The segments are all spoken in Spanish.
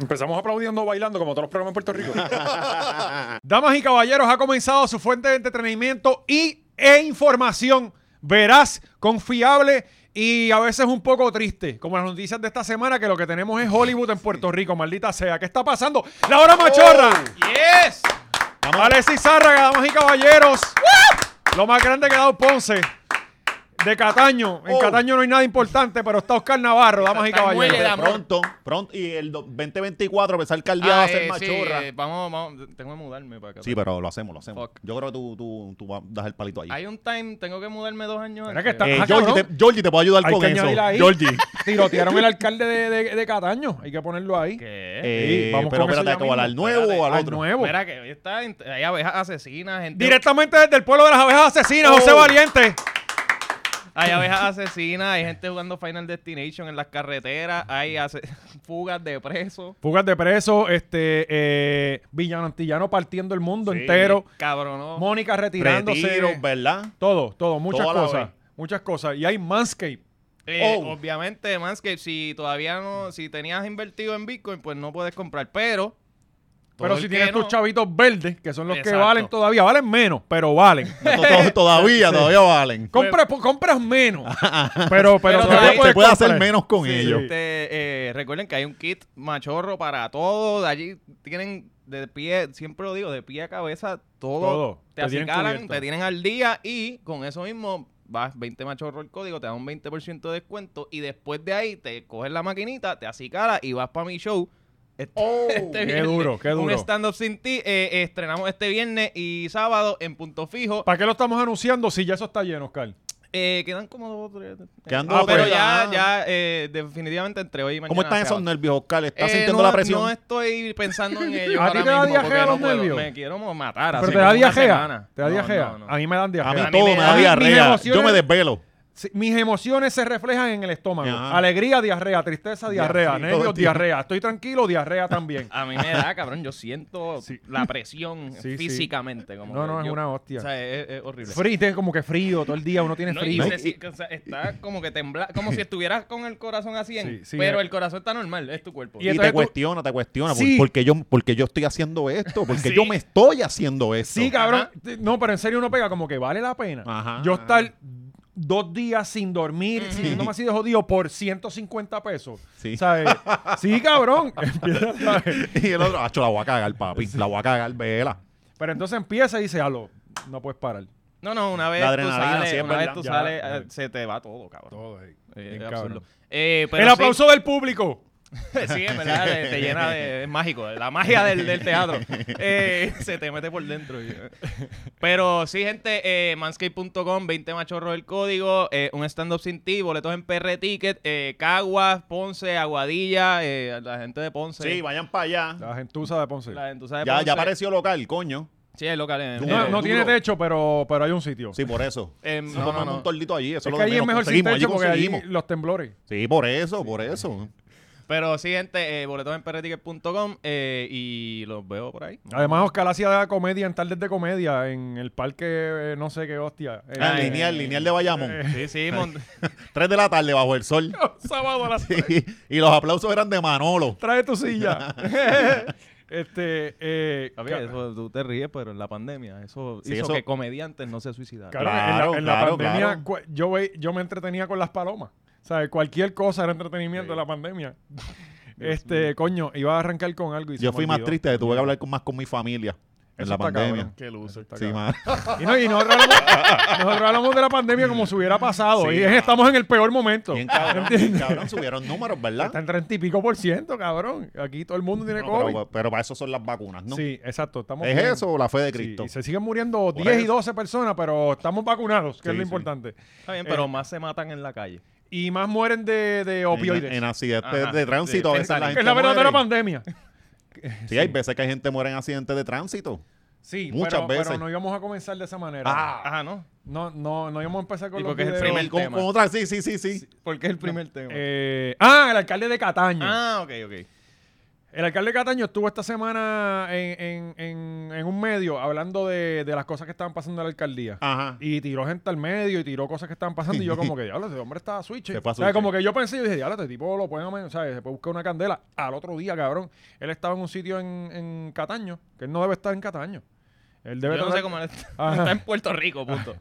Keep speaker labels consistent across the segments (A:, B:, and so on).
A: Empezamos aplaudiendo, bailando, como todos los programas en Puerto Rico. Damas y caballeros, ha comenzado su fuente de entretenimiento y, e información veraz, confiable y a veces un poco triste. Como las noticias de esta semana, que lo que tenemos es Hollywood en Puerto Rico, maldita sea. ¿Qué está pasando? ¡La hora machorra!
B: Yes.
A: Alexis Zárraga, damas y caballeros. Lo más grande que ha dado Ponce. De Cataño. En
C: Oh.
A: Cataño no hay nada importante, pero está Oscar Navarro, damas y
B: Está muy
A: caballeros.
B: le da amor.
C: Pronto, pronto. Y el do- 2024, a pesar que al día va
B: Ah,
C: a ser
B: eh, sí,
C: machorra.
B: eh, vamos, vamos, tengo que mudarme para acá.
C: Sí, pero lo hacemos, lo hacemos.
B: Fuck.
C: Yo creo que tú, tú, tú vas- das el palito ahí.
B: Hay un time, tengo que mudarme dos años.
A: Mira
B: antes.
A: que está-
C: Eh,
A: Ah,
C: Georgie,
A: cabrón.
C: te, Georgie, te puedo ayudar
A: Hay
C: con
A: que
C: eso.
A: añadirla ahí.
C: Georgie.
A: Tirotearon el alcalde de, de- de Cataño. Hay que ponerlo ahí.
B: ¿Qué?
C: Eh,
A: Sí, vamos
C: pero
A: con eso
C: espérate,
A: ya
C: ¿cómo,
A: mismo.
C: ¿al nuevo o al
A: Al
C: otro?
A: nuevo.
B: Mira que hoy está, hay abejas asesinas, gente.
A: Directamente desde el pueblo de las abejas asesinas, José
C: Oh.
A: Valiente.
B: Hay abejas asesinas, hay gente jugando Final Destination en las carreteras, hay ase- fugas de presos.
A: Fugas de preso, este, eh, Villano Antillano partiendo el mundo
C: Sí.
A: entero.
B: Eh, Cabrón, no.
A: Mónica retirándose.
C: Retiros, ¿verdad?
A: todo, todo, muchas
C: Toda la
A: cosas.
C: vez.
A: Muchas cosas. Y hay Manscape.
B: Eh,
C: Oh.
B: Obviamente, Manscape, si todavía no, si tenías invertido en Bitcoin, pues no puedes comprar. Pero,
A: Pero
B: todo
A: si
B: el
A: tienes
B: que
A: tus
B: no-
A: chavitos verdes, que son los que
B: Exacto.
A: valen todavía, valen menos, pero valen.
C: To- to- Todavía, todavía valen.
A: Compras, po- compras menos. pero, pero,
B: Pero
A: todavía
B: todavía-
A: puedes
C: Te puede hacer
A: comprar.
C: menos con
A: Sí,
C: ellos.
A: sí.
B: Este, eh, recuerden que hay un kit machorro para todo. De allí tienen de pie, siempre lo digo, de pie a cabeza, todo.
A: Todo.
B: Te,
A: Te tienen
B: acicalan,
A: cubierto.
B: te tienen al día y con eso mismo vas 20 machorro el código, te da un 20% de descuento y después de ahí te coges la maquinita, te acicala y vas para mi show. Este,
C: Oh.
B: este
A: qué
B: viernes.
A: duro, qué
B: Un
A: duro.
B: stand-up sin ti. eh, estrenamos este viernes y sábado en Punto Fijo.
A: ¿Para qué lo estamos anunciando si ya eso está lleno, Oscar?
B: Eh, quedan como dos o tres.
C: Quedan dos
B: Ah,
C: o
B: pero
C: tres.
B: ya,
C: Ah.
B: ya, eh, definitivamente entre hoy y mañana.
C: ¿Cómo están
B: se
C: esos
B: habla.
C: nervios, Oscar? ¿Estás
B: Eh,
C: sintiendo
B: no,
C: la presión?
B: No estoy pensando en ello.
A: ¿A
B: ahora
A: ti te da
B: mismo,
A: diarrea
B: porque
A: los
B: no puedo.
A: nervios?
B: Me quiero mo- matar.
A: Pero
B: así
A: te da
B: como una
A: diarrea.
B: semana.
A: Te da
B: No,
A: diarrea.
B: no, no.
A: A mí me dan diarrea.
C: a mí
B: a mí
C: todo
B: me
C: me
B: da-
C: da
B: mis
C: diarrea. Yo
A: emociones-
C: me desvelo.
A: Sí, mis emociones se reflejan en el estómago.
C: Ajá.
A: Alegría, diarrea. Tristeza, diarrea.
C: sí, todo el
A: nervios,
C: tiempo.
A: diarrea. Estoy tranquilo, diarrea también.
B: A mí me da, cabrón. Yo siento
A: Sí.
B: la presión
A: Sí, sí.
B: físicamente. Como
A: No,
B: que
A: no, es
B: yo-
A: una
B: O
A: hostia.
B: sea, es, es horrible.
A: Frío, es como que frío todo el día, uno tiene
B: No, y
A: frío.
B: se- si- o sea, está como que tembla, como si estuvieras con el corazón a 100,
A: Sí, sí,
B: pero
A: eh.
B: el corazón está normal, es tu cuerpo.
A: Y
C: Y,
A: entonces
C: te
A: tú-
C: cuestiona, te cuestiona.
A: Sí.
C: Porque, yo, porque yo estoy haciendo esto. Porque
B: Sí.
C: yo me estoy haciendo esto.
A: Sí, cabrón.
B: Ajá.
A: T- No, pero en serio uno pega como que vale la pena.
C: Ajá,
A: Yo
C: ajá.
A: estar dos días sin dormir, sintiéndome así de jodido por 150 pesos.
C: Sí.
A: ¿Sabes? Sí, cabrón. Empieza, ¿sabes?
C: Y el otro, acho, la voy a cagar, papi. La voy a cagar, vela.
A: Pero entonces empieza y dice, aló, no puedes parar.
B: No, no, una vez
C: La
B: tú
C: adrenalina, sí,
B: sales,
C: es
B: una vez
C: verdad.
B: tú
A: Ya,
B: sales,
A: ya.
B: eh, se te va todo, cabrón.
A: Todo ahí.
B: Eh,
A: Bien
B: es
A: cabrón.
B: absurdo. Eh, pero
A: El
B: sí,
A: aplauso del público.
B: Sí, en verdad, te, te llena de... Es mágico, la magia del, del teatro. Eh, se te mete por dentro. y- eh. Pero sí, gente, eh, manscape.com, 20 machorros el código, eh, un stand-up sin ti, boletos en PR Ticket, eh, Caguas, Ponce, Aguadilla, eh, la gente de Ponce.
C: Sí, vayan para allá.
A: La gentuza de Ponce.
B: La gente, tú sabes,
C: Ya,
B: Ponce.
C: ya apareció local, coño.
B: Sí, es local. eh.
A: No,
C: No,
B: en- en-
A: no
C: Eh, duro.
A: tiene techo, pero, pero hay un sitio.
C: Sí, por eso.
B: en-
C: Nosotros
B: eh, no, no,
C: ponemos
B: no.
C: un tordito allí. Eso
A: es
C: lo
A: que
C: de
A: allí es
C: menos.
A: mejor sin
C: Conseguimos, allí
A: techo porque allí
C: conseguimos.
A: los temblores.
C: Sí, por eso, por eso.
B: Pero sí, gente, eh, boletos en prticket.com eh, y los veo por ahí.
A: Además, Oscar hacía comedia en tardes de comedia en el parque, eh, no sé qué hostia. Eh,
C: Ah,
B: eh,
C: lineal, lineal de Bayamón.
B: Sí, sí, mon-
C: Tres de la tarde bajo el sol.
A: Sábado a las
C: Sí, y los aplausos eran de Manolo.
A: Trae tu silla. este, eh,
B: Papi,
A: ca-
B: eso, tú te ríes, pero en la pandemia eso
C: Sí,
B: hizo
C: eso-
B: que comediantes no se suicidaran.
A: cabrón, en la- en la,
C: Claro, claro,
A: pandemia
C: claro.
A: cu- Yo, ve- yo me entretenía con las palomas. ¿Sabes? Cualquier cosa era entretenimiento en la pandemia. este, coño, iba a arrancar con algo. Y se
C: Yo fui
A: me
C: más
A: olvidó.
C: triste, tuve que hablar con, más con mi familia en
A: Eso
C: la
A: está
C: pandemia.
A: cabrón. Eso está
C: Sí,
A: cabrón.
C: man.
A: Y, no- y nosotros, hablamos, nosotros hablamos de la pandemia como si hubiera pasado.
C: Sí,
A: y es-
C: ah.
A: estamos en el peor momento.
C: Bien cabrón, bien cabrón, subieron números, ¿verdad?
A: Está en treinta y pico por ciento, cabrón. Aquí todo el mundo tiene
C: No,
A: COVID.
C: pero, pero para eso son las vacunas, ¿no?
A: Sí, exacto. Estamos
C: ¿Es
A: bien.
C: eso o la fe
A: Sí,
C: de Cristo?
A: y se siguen muriendo
C: Por
A: 10 y
C: eso.
A: 12 personas, pero estamos vacunados, que es
C: Sí,
A: lo
C: sí.
A: importante.
B: Está bien,
A: Eh,
B: pero más se matan en la calle.
A: Y más mueren de, de opioides.
C: En, en accidentes
B: Ajá,
C: de tránsito,
B: sí,
C: a veces
B: pensaría.
C: la
A: que
C: gente
A: es la verdadera
C: muere.
A: pandemia.
C: Sí, hay veces que hay gente muere en accidentes de tránsito.
A: Sí,
C: Muchas
A: pero, pero
C: veces. Ah.
A: no íbamos a comenzar de esa manera.
B: Ajá, ¿no?
A: No, no, no íbamos a empezar con
B: Y
A: los
B: porque es el
A: videos.
B: primer-
C: Y con,
B: tema.
C: con otras, sí, sí, sí, sí.
B: Porque es el primer tema.
A: Eh, ah, el alcalde de Cataño.
B: ah, ok, ok.
A: El alcalde Cataño estuvo esta semana en, en- en- en un medio hablando de, de las cosas que estaban pasando en la alcaldía.
C: Ajá.
A: Y tiró gente al medio y tiró cosas que estaban pasando. Y yo, como que, diablo, ese hombre está switch.
C: Se fue a
A: O sea,
C: switch.
A: como que yo pensé, yo dije, diablo, este tipo lo pueden amen- o sea, se puede buscar una candela. Al otro día, cabrón, él estaba en un sitio en, en Cataño, que él no debe estar en Cataño. Él debe
B: Yo no
A: tratar-
B: sé cómo él está.
A: Ajá.
B: Está en Puerto Rico, punto.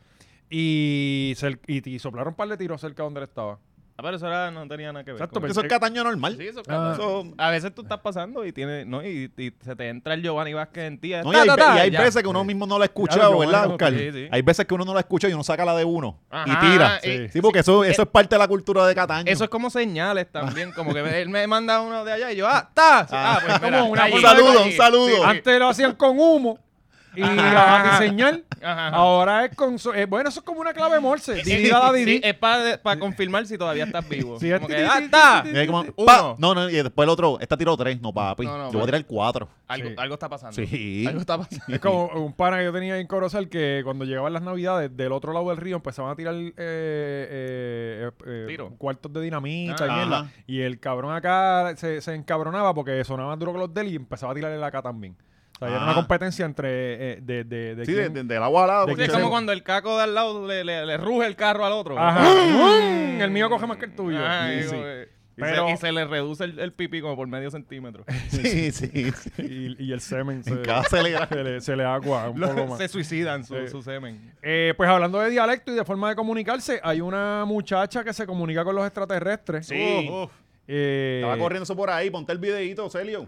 A: Y, cer- y, y soplaron un par de tiros cerca donde él estaba.
B: Ah, pero eso ahora no tenía nada que ver.
A: Exacto,
B: con-
C: Eso es Cataño normal.
B: Sí, eso,
A: Ah.
B: eso- A veces tú estás pasando y tiene, no, y, y se te entra el Giovanni Vázquez en ti.
C: No, y
B: ta,
C: hay,
B: ta, ta,
C: y hay
B: ya.
C: veces que uno mismo no la ha
A: Claro,
C: escuchado,
A: yo,
C: ¿verdad,
A: bueno,
C: Oscar?
B: sí, sí.
C: Hay veces que uno no la escucha y uno saca la de uno
B: Ajá,
C: y tira.
B: y-
C: Sí, porque eso, eso es parte de la cultura de Cataño.
B: Eso es como señales también, como que él me manda uno de allá y yo, ah, está. Sí, Ah, pues mira,
A: Como una
B: está
C: un
B: allí,
C: saludo,
B: está
C: un
B: allí.
C: saludo.
A: Antes lo hacían con humo y
B: Ajá.
A: la señal.
B: Ajá, ajá.
A: Ah, Ahora es con. so- eh, bueno, eso es como una clave morse.
B: Sí,
A: Dirigida a la
B: sí,
A: Didi.
B: es para confirmar si todavía estás vivo.
A: Sí,
B: Como
A: es-
B: que, ah, está.
C: Y hay como,
B: Uno.
C: pa, no, no, y después el otro, esta tiró tres, no papi,
B: No, no,
C: yo voy a
B: papi.
C: tirar cuatro.
B: Algo,
A: Sí.
B: algo está pasando.
C: Sí.
B: Algo está pasando.
A: Es como un pana que yo tenía en Corozal que cuando llegaban las navidades del otro lado del río empezaban a tirar eh, eh, eh,
B: Tiro.
A: cuartos de dinamita y
B: Ah,
A: mierda.
C: ajá.
A: Y el cabrón acá se, se encabronaba porque sonaba más duro que los del y empezaba a tirarle la acá también. O sea, ya era una
B: Ah.
C: Ajá.
A: competencia entre... eh, de, de, de
C: Sí, de,
A: quién-
C: de- del agua al agua.
A: de
B: Sí,
C: porque
B: es
A: quién-
B: como cuando el caco de al lado le, le- le ruge el carro al otro.
A: Ajá. Mm,
B: ¡Bum!
A: El mío coge más que el tuyo.
B: Ah,
A: Sí,
B: digo,
A: sí.
B: eh, y,
A: Pero-
B: se, y se le reduce el, el pipí como por medio centímetro.
C: Sí, sí, sí.
A: Y, y el semen se,
C: En cada celebra-
A: se le, se le agua un poco más.
B: se suicidan su,
A: Sí.
B: su semen.
A: Eh, pues hablando de dialecto y de forma de comunicarse, hay una muchacha que se comunica con los extraterrestres.
C: Sí.
A: Uf, uf. Eh,
C: Estaba corriendo eso por ahí, ponte el videito, Celio.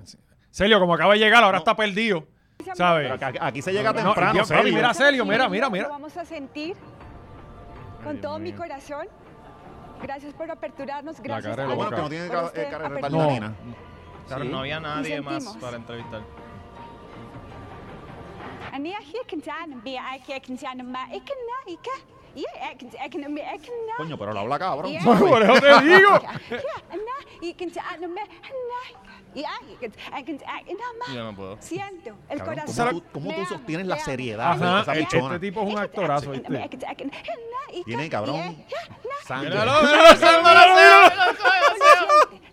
A: Celio, como acaba de llegar, ahora está perdido.
C: Pero
A: ¿Sabes?
C: acá- aquí se llega
A: No,
C: temprano,
A: Dios, papi,
C: Celio.
A: mira, Celio, mira, mira,
D: Lo
A: mira.
D: vamos a sentir con
A: Dios
D: todo mi
A: mío.
D: corazón. Gracias por aperturarnos.
A: cara
D: Gracias
A: de
D: a
C: Lo Ah, bueno es que no
D: Dios
C: tiene
D: por
C: cara,
D: este
C: eh, cara de
D: apertura.
A: No.
C: retardadina.
B: Claro,
D: Sí.
B: no había nadie más
D: sentimos.
B: para entrevistar.
D: En ik hier kan zijn, bij ik hier kan zijn, maar ik kan na, ik kan- hier, ik kan- ik kan- ik kan na.
C: Coño, pero lo habla cabrón.
D: Yeah.
C: ¿sabes?
A: Por eso te digo.
D: Ja, en na, hier kan zijn, en na, en na, ik kan- ja, ik kan- ik kan- en na, maar
B: Yo no puedo.
D: siento el
C: Cabrón, ¿cómo
D: corazón.
C: tú- cómo
D: Me
C: tú
D: ama,
C: sostienes
D: me
C: la
D: ama.
C: seriedad?
A: Ajá,
C: Esa
A: e-
C: pichona.
A: este tipo es un actorazo,
D: Ik kan-
A: ¿viste?
D: ik kan- ik kan- en na, ik
C: Tiene,
D: kan-
C: cabrón.
D: ja, ja, na.
C: Sangre.
B: Míralo, míralo, míralo, míralo.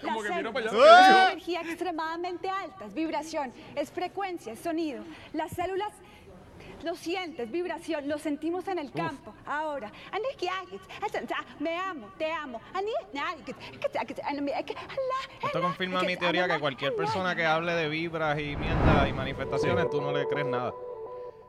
A: Como que miro para allá.
D: Es una energía extremadamente alta, es vibración, es frecuencia, es sonido. Las células lo sientes, vibración, lo sentimos en el campo. Ahora, me amo, te amo.
B: Esto confirma mi teoría que cualquier persona que hable de vibras y mierda y manifestaciones, tú no le crees nada.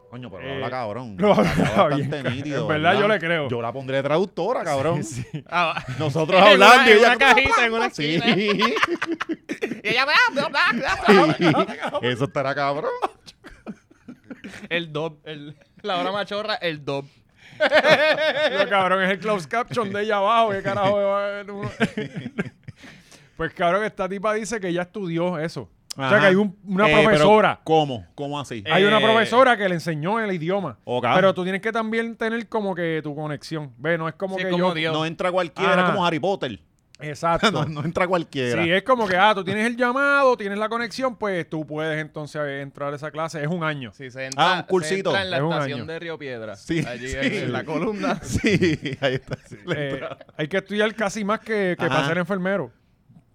C: Coño, pero
A: Eh,
C: lo habla cabrón.
A: lo habla
C: Está
A: bien,
C: bastante
A: cabrón.
C: nítido,
A: En verdad, yo le creo.
C: Yo la pondré traductora, cabrón.
B: Ah, va.
C: Nosotros
B: En una-
C: hablando y
B: en
C: ella
B: una cajita, en una
C: Sí.
B: esquina. Y ella, "Ah, bla, bla, bla".
C: Eso estará cabrón.
B: El dob, el- la hora machorra, el dob.
A: Pero, cabrón, es el close caption de ella abajo. ¿Qué carajo? eh, no. pues cabrón, esta tipa dice que ella estudió eso. O sea, que hay un- una
C: Eh, pero
A: profesora.
C: ¿Cómo? ¿Cómo así?
B: Eh,
A: Hay una
B: Eh,
A: profesora que le enseñó el idioma.
C: Ok.
A: Pero tú tienes que también tener como que tu conexión. Ve, no es como
B: Sí,
A: que
B: es como
A: yo...
B: Dios.
C: no entra cualquiera,
A: Ajá.
C: como Harry Potter.
A: Exacto.
C: No, no entra cualquiera.
A: Ah. Sí, es como que, ah, tú tienes el llamado, tienes la conexión, pues tú puedes entonces entrar a esa clase. Es un año.
B: Sí, se entra,
C: Ah, un cursito.
B: se entra en la
A: Es un
B: estación
A: año.
B: de Río Piedra.
C: Sí,
B: Allí
C: sí.
B: en- en la columna.
C: Sí, ahí está. Sí, le
A: Eh,
C: entra.
A: hay que estudiar casi más que, que
C: Ajá.
A: para ser enfermero.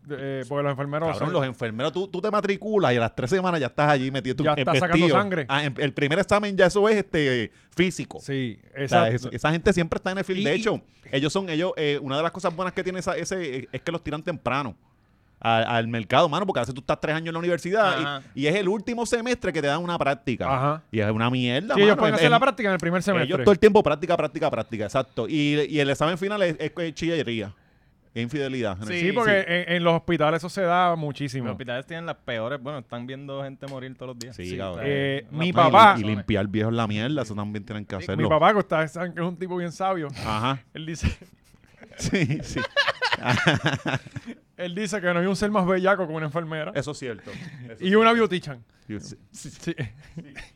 A: De- eh, porque los enfermeros...
C: Cabrón,
A: son-
C: los enfermeros, tú, tú te matriculas y a las tres semanas ya estás allí metido.
A: Ya
C: en
A: estás sacando
C: vestido.
A: sangre.
C: Ah, en- el primer examen ya eso es este físico.
A: Sí,
C: O sea,
A: exacto.
C: es- esa gente siempre está en el
A: Y-
C: film. De hecho, ellos son, ellos, eh, una de las cosas buenas que tiene esa- ese eh, es que los tiran temprano al, al mercado, mano, porque a veces tú estás tres años en la universidad
B: Ajá.
C: y, y es el último semestre que te dan una práctica.
A: Ajá.
C: Y es una mierda.
A: Sí, ellos
C: mano.
A: pueden
C: Es-
A: hacer la
C: es-
A: práctica en el primer semestre.
C: Ellos todo el tiempo práctica, práctica, práctica, exacto. Y, y el examen final es, es, es chillería. Es infidelidad.
B: Sí,
A: Sí, porque En, en los hospitales eso se da muchísimo.
B: Los hospitales tienen las peores. Bueno, están viendo gente morir todos los días.
C: Sí, cabrón.
A: Eh,
B: una-
A: mi
B: una-
C: No, y-
A: papá-
C: Y, limpiar viejos la mierda, eso también tienen que hacerlo.
A: Mi papá, que ustedes saben que es un tipo bien sabio,
C: Ajá.
A: él dice,
C: Sí, sí.
A: él dice que no hay un ser más bellaco que una enfermera
C: Eso es cierto. Eso
A: y una beautician.
C: es cierto. Sí, sí,
A: Sí.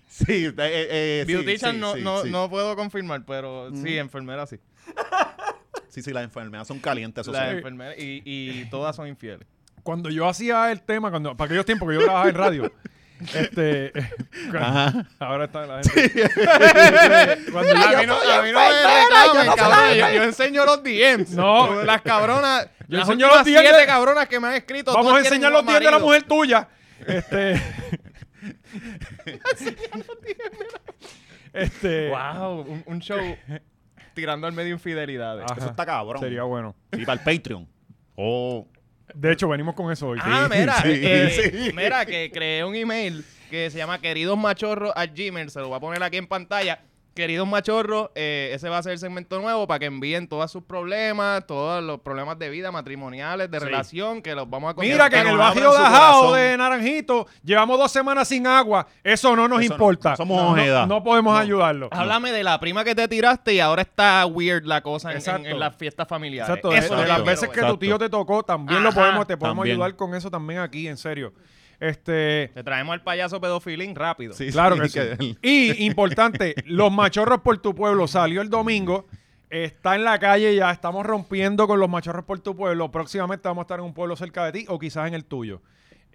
C: sí, eh, eh, eh, sí,
B: Beautician
C: sí,
B: no,
C: sí,
B: no,
C: sí. Mm.
B: no puedo confirmar, pero sí, enfermera sí.
C: Sí, sí, las enfermedades son calientes, eso
B: Las
C: sí. Eh.
B: enfermeras y, y todas son infieles.
A: Cuando yo hacía el tema, cuando para aquellos tiempos que yo trabajaba en radio, este,
C: Ajá.
A: ahora está la gente. Cuando yo-
B: A mí no, a mí no me reclamen, cabrón. Yo, yo enseño los DMs.
A: No.
B: las cabronas.
A: Yo
B: las
A: enseño
B: últimas
A: los DMs de-
B: siete cabronas que me han escrito.
A: vamos a
B: todas tienen
A: enseñar
B: un
A: los dientes de la
B: marido.
A: mujer tuya. Este. este.
B: Wow, un, un show tirando al medio infidelidades.
A: Ajá.
C: Eso está cabrón.
A: Sería bueno.
C: Y para el Patreon. Oh.
A: De hecho, venimos con eso hoy.
B: Ah, mira,
C: sí,
B: eh,
C: sí.
B: mira, que creé un email que se llama queridosmachorros a Gmail, se lo voy a poner aquí en pantalla. Queridos machorros, eh, ese va a ser el segmento nuevo para que envíen todos sus problemas, todos los problemas de vida matrimoniales, de
C: Sí.
B: relación, que los vamos a
A: Mira que en
B: nos
A: el
B: abran
A: barrio
B: su
A: de eh. Ajao
B: corazón.
A: de Naranjito llevamos dos semanas sin agua. Eso no nos
C: Eso no.
A: importa.
C: Somos
A: No, no,
C: Ojeda.
A: no podemos ayudarlo.
B: Háblame de la prima que te tiraste y ahora está weird la cosa en,
A: Exacto.
B: en- en las fiestas familiares.
A: Exacto, de-
B: Eso
A: de,
B: es lo
A: las
B: que
A: veces
B: quiero
A: que
B: ver.
A: tu tío te tocó, también lo
B: Ajá,
A: podemos, te podemos
C: también.
A: ayudar con eso también aquí, en serio. Este,
B: Te traemos al payaso pedofilín rápido.
A: claro que sí. Y importante, los machorros por tu pueblo salió el domingo. Está en la calle ya, estamos rompiendo con los machorros por tu pueblo. Próximamente vamos a estar en un pueblo cerca de ti o quizás en el tuyo.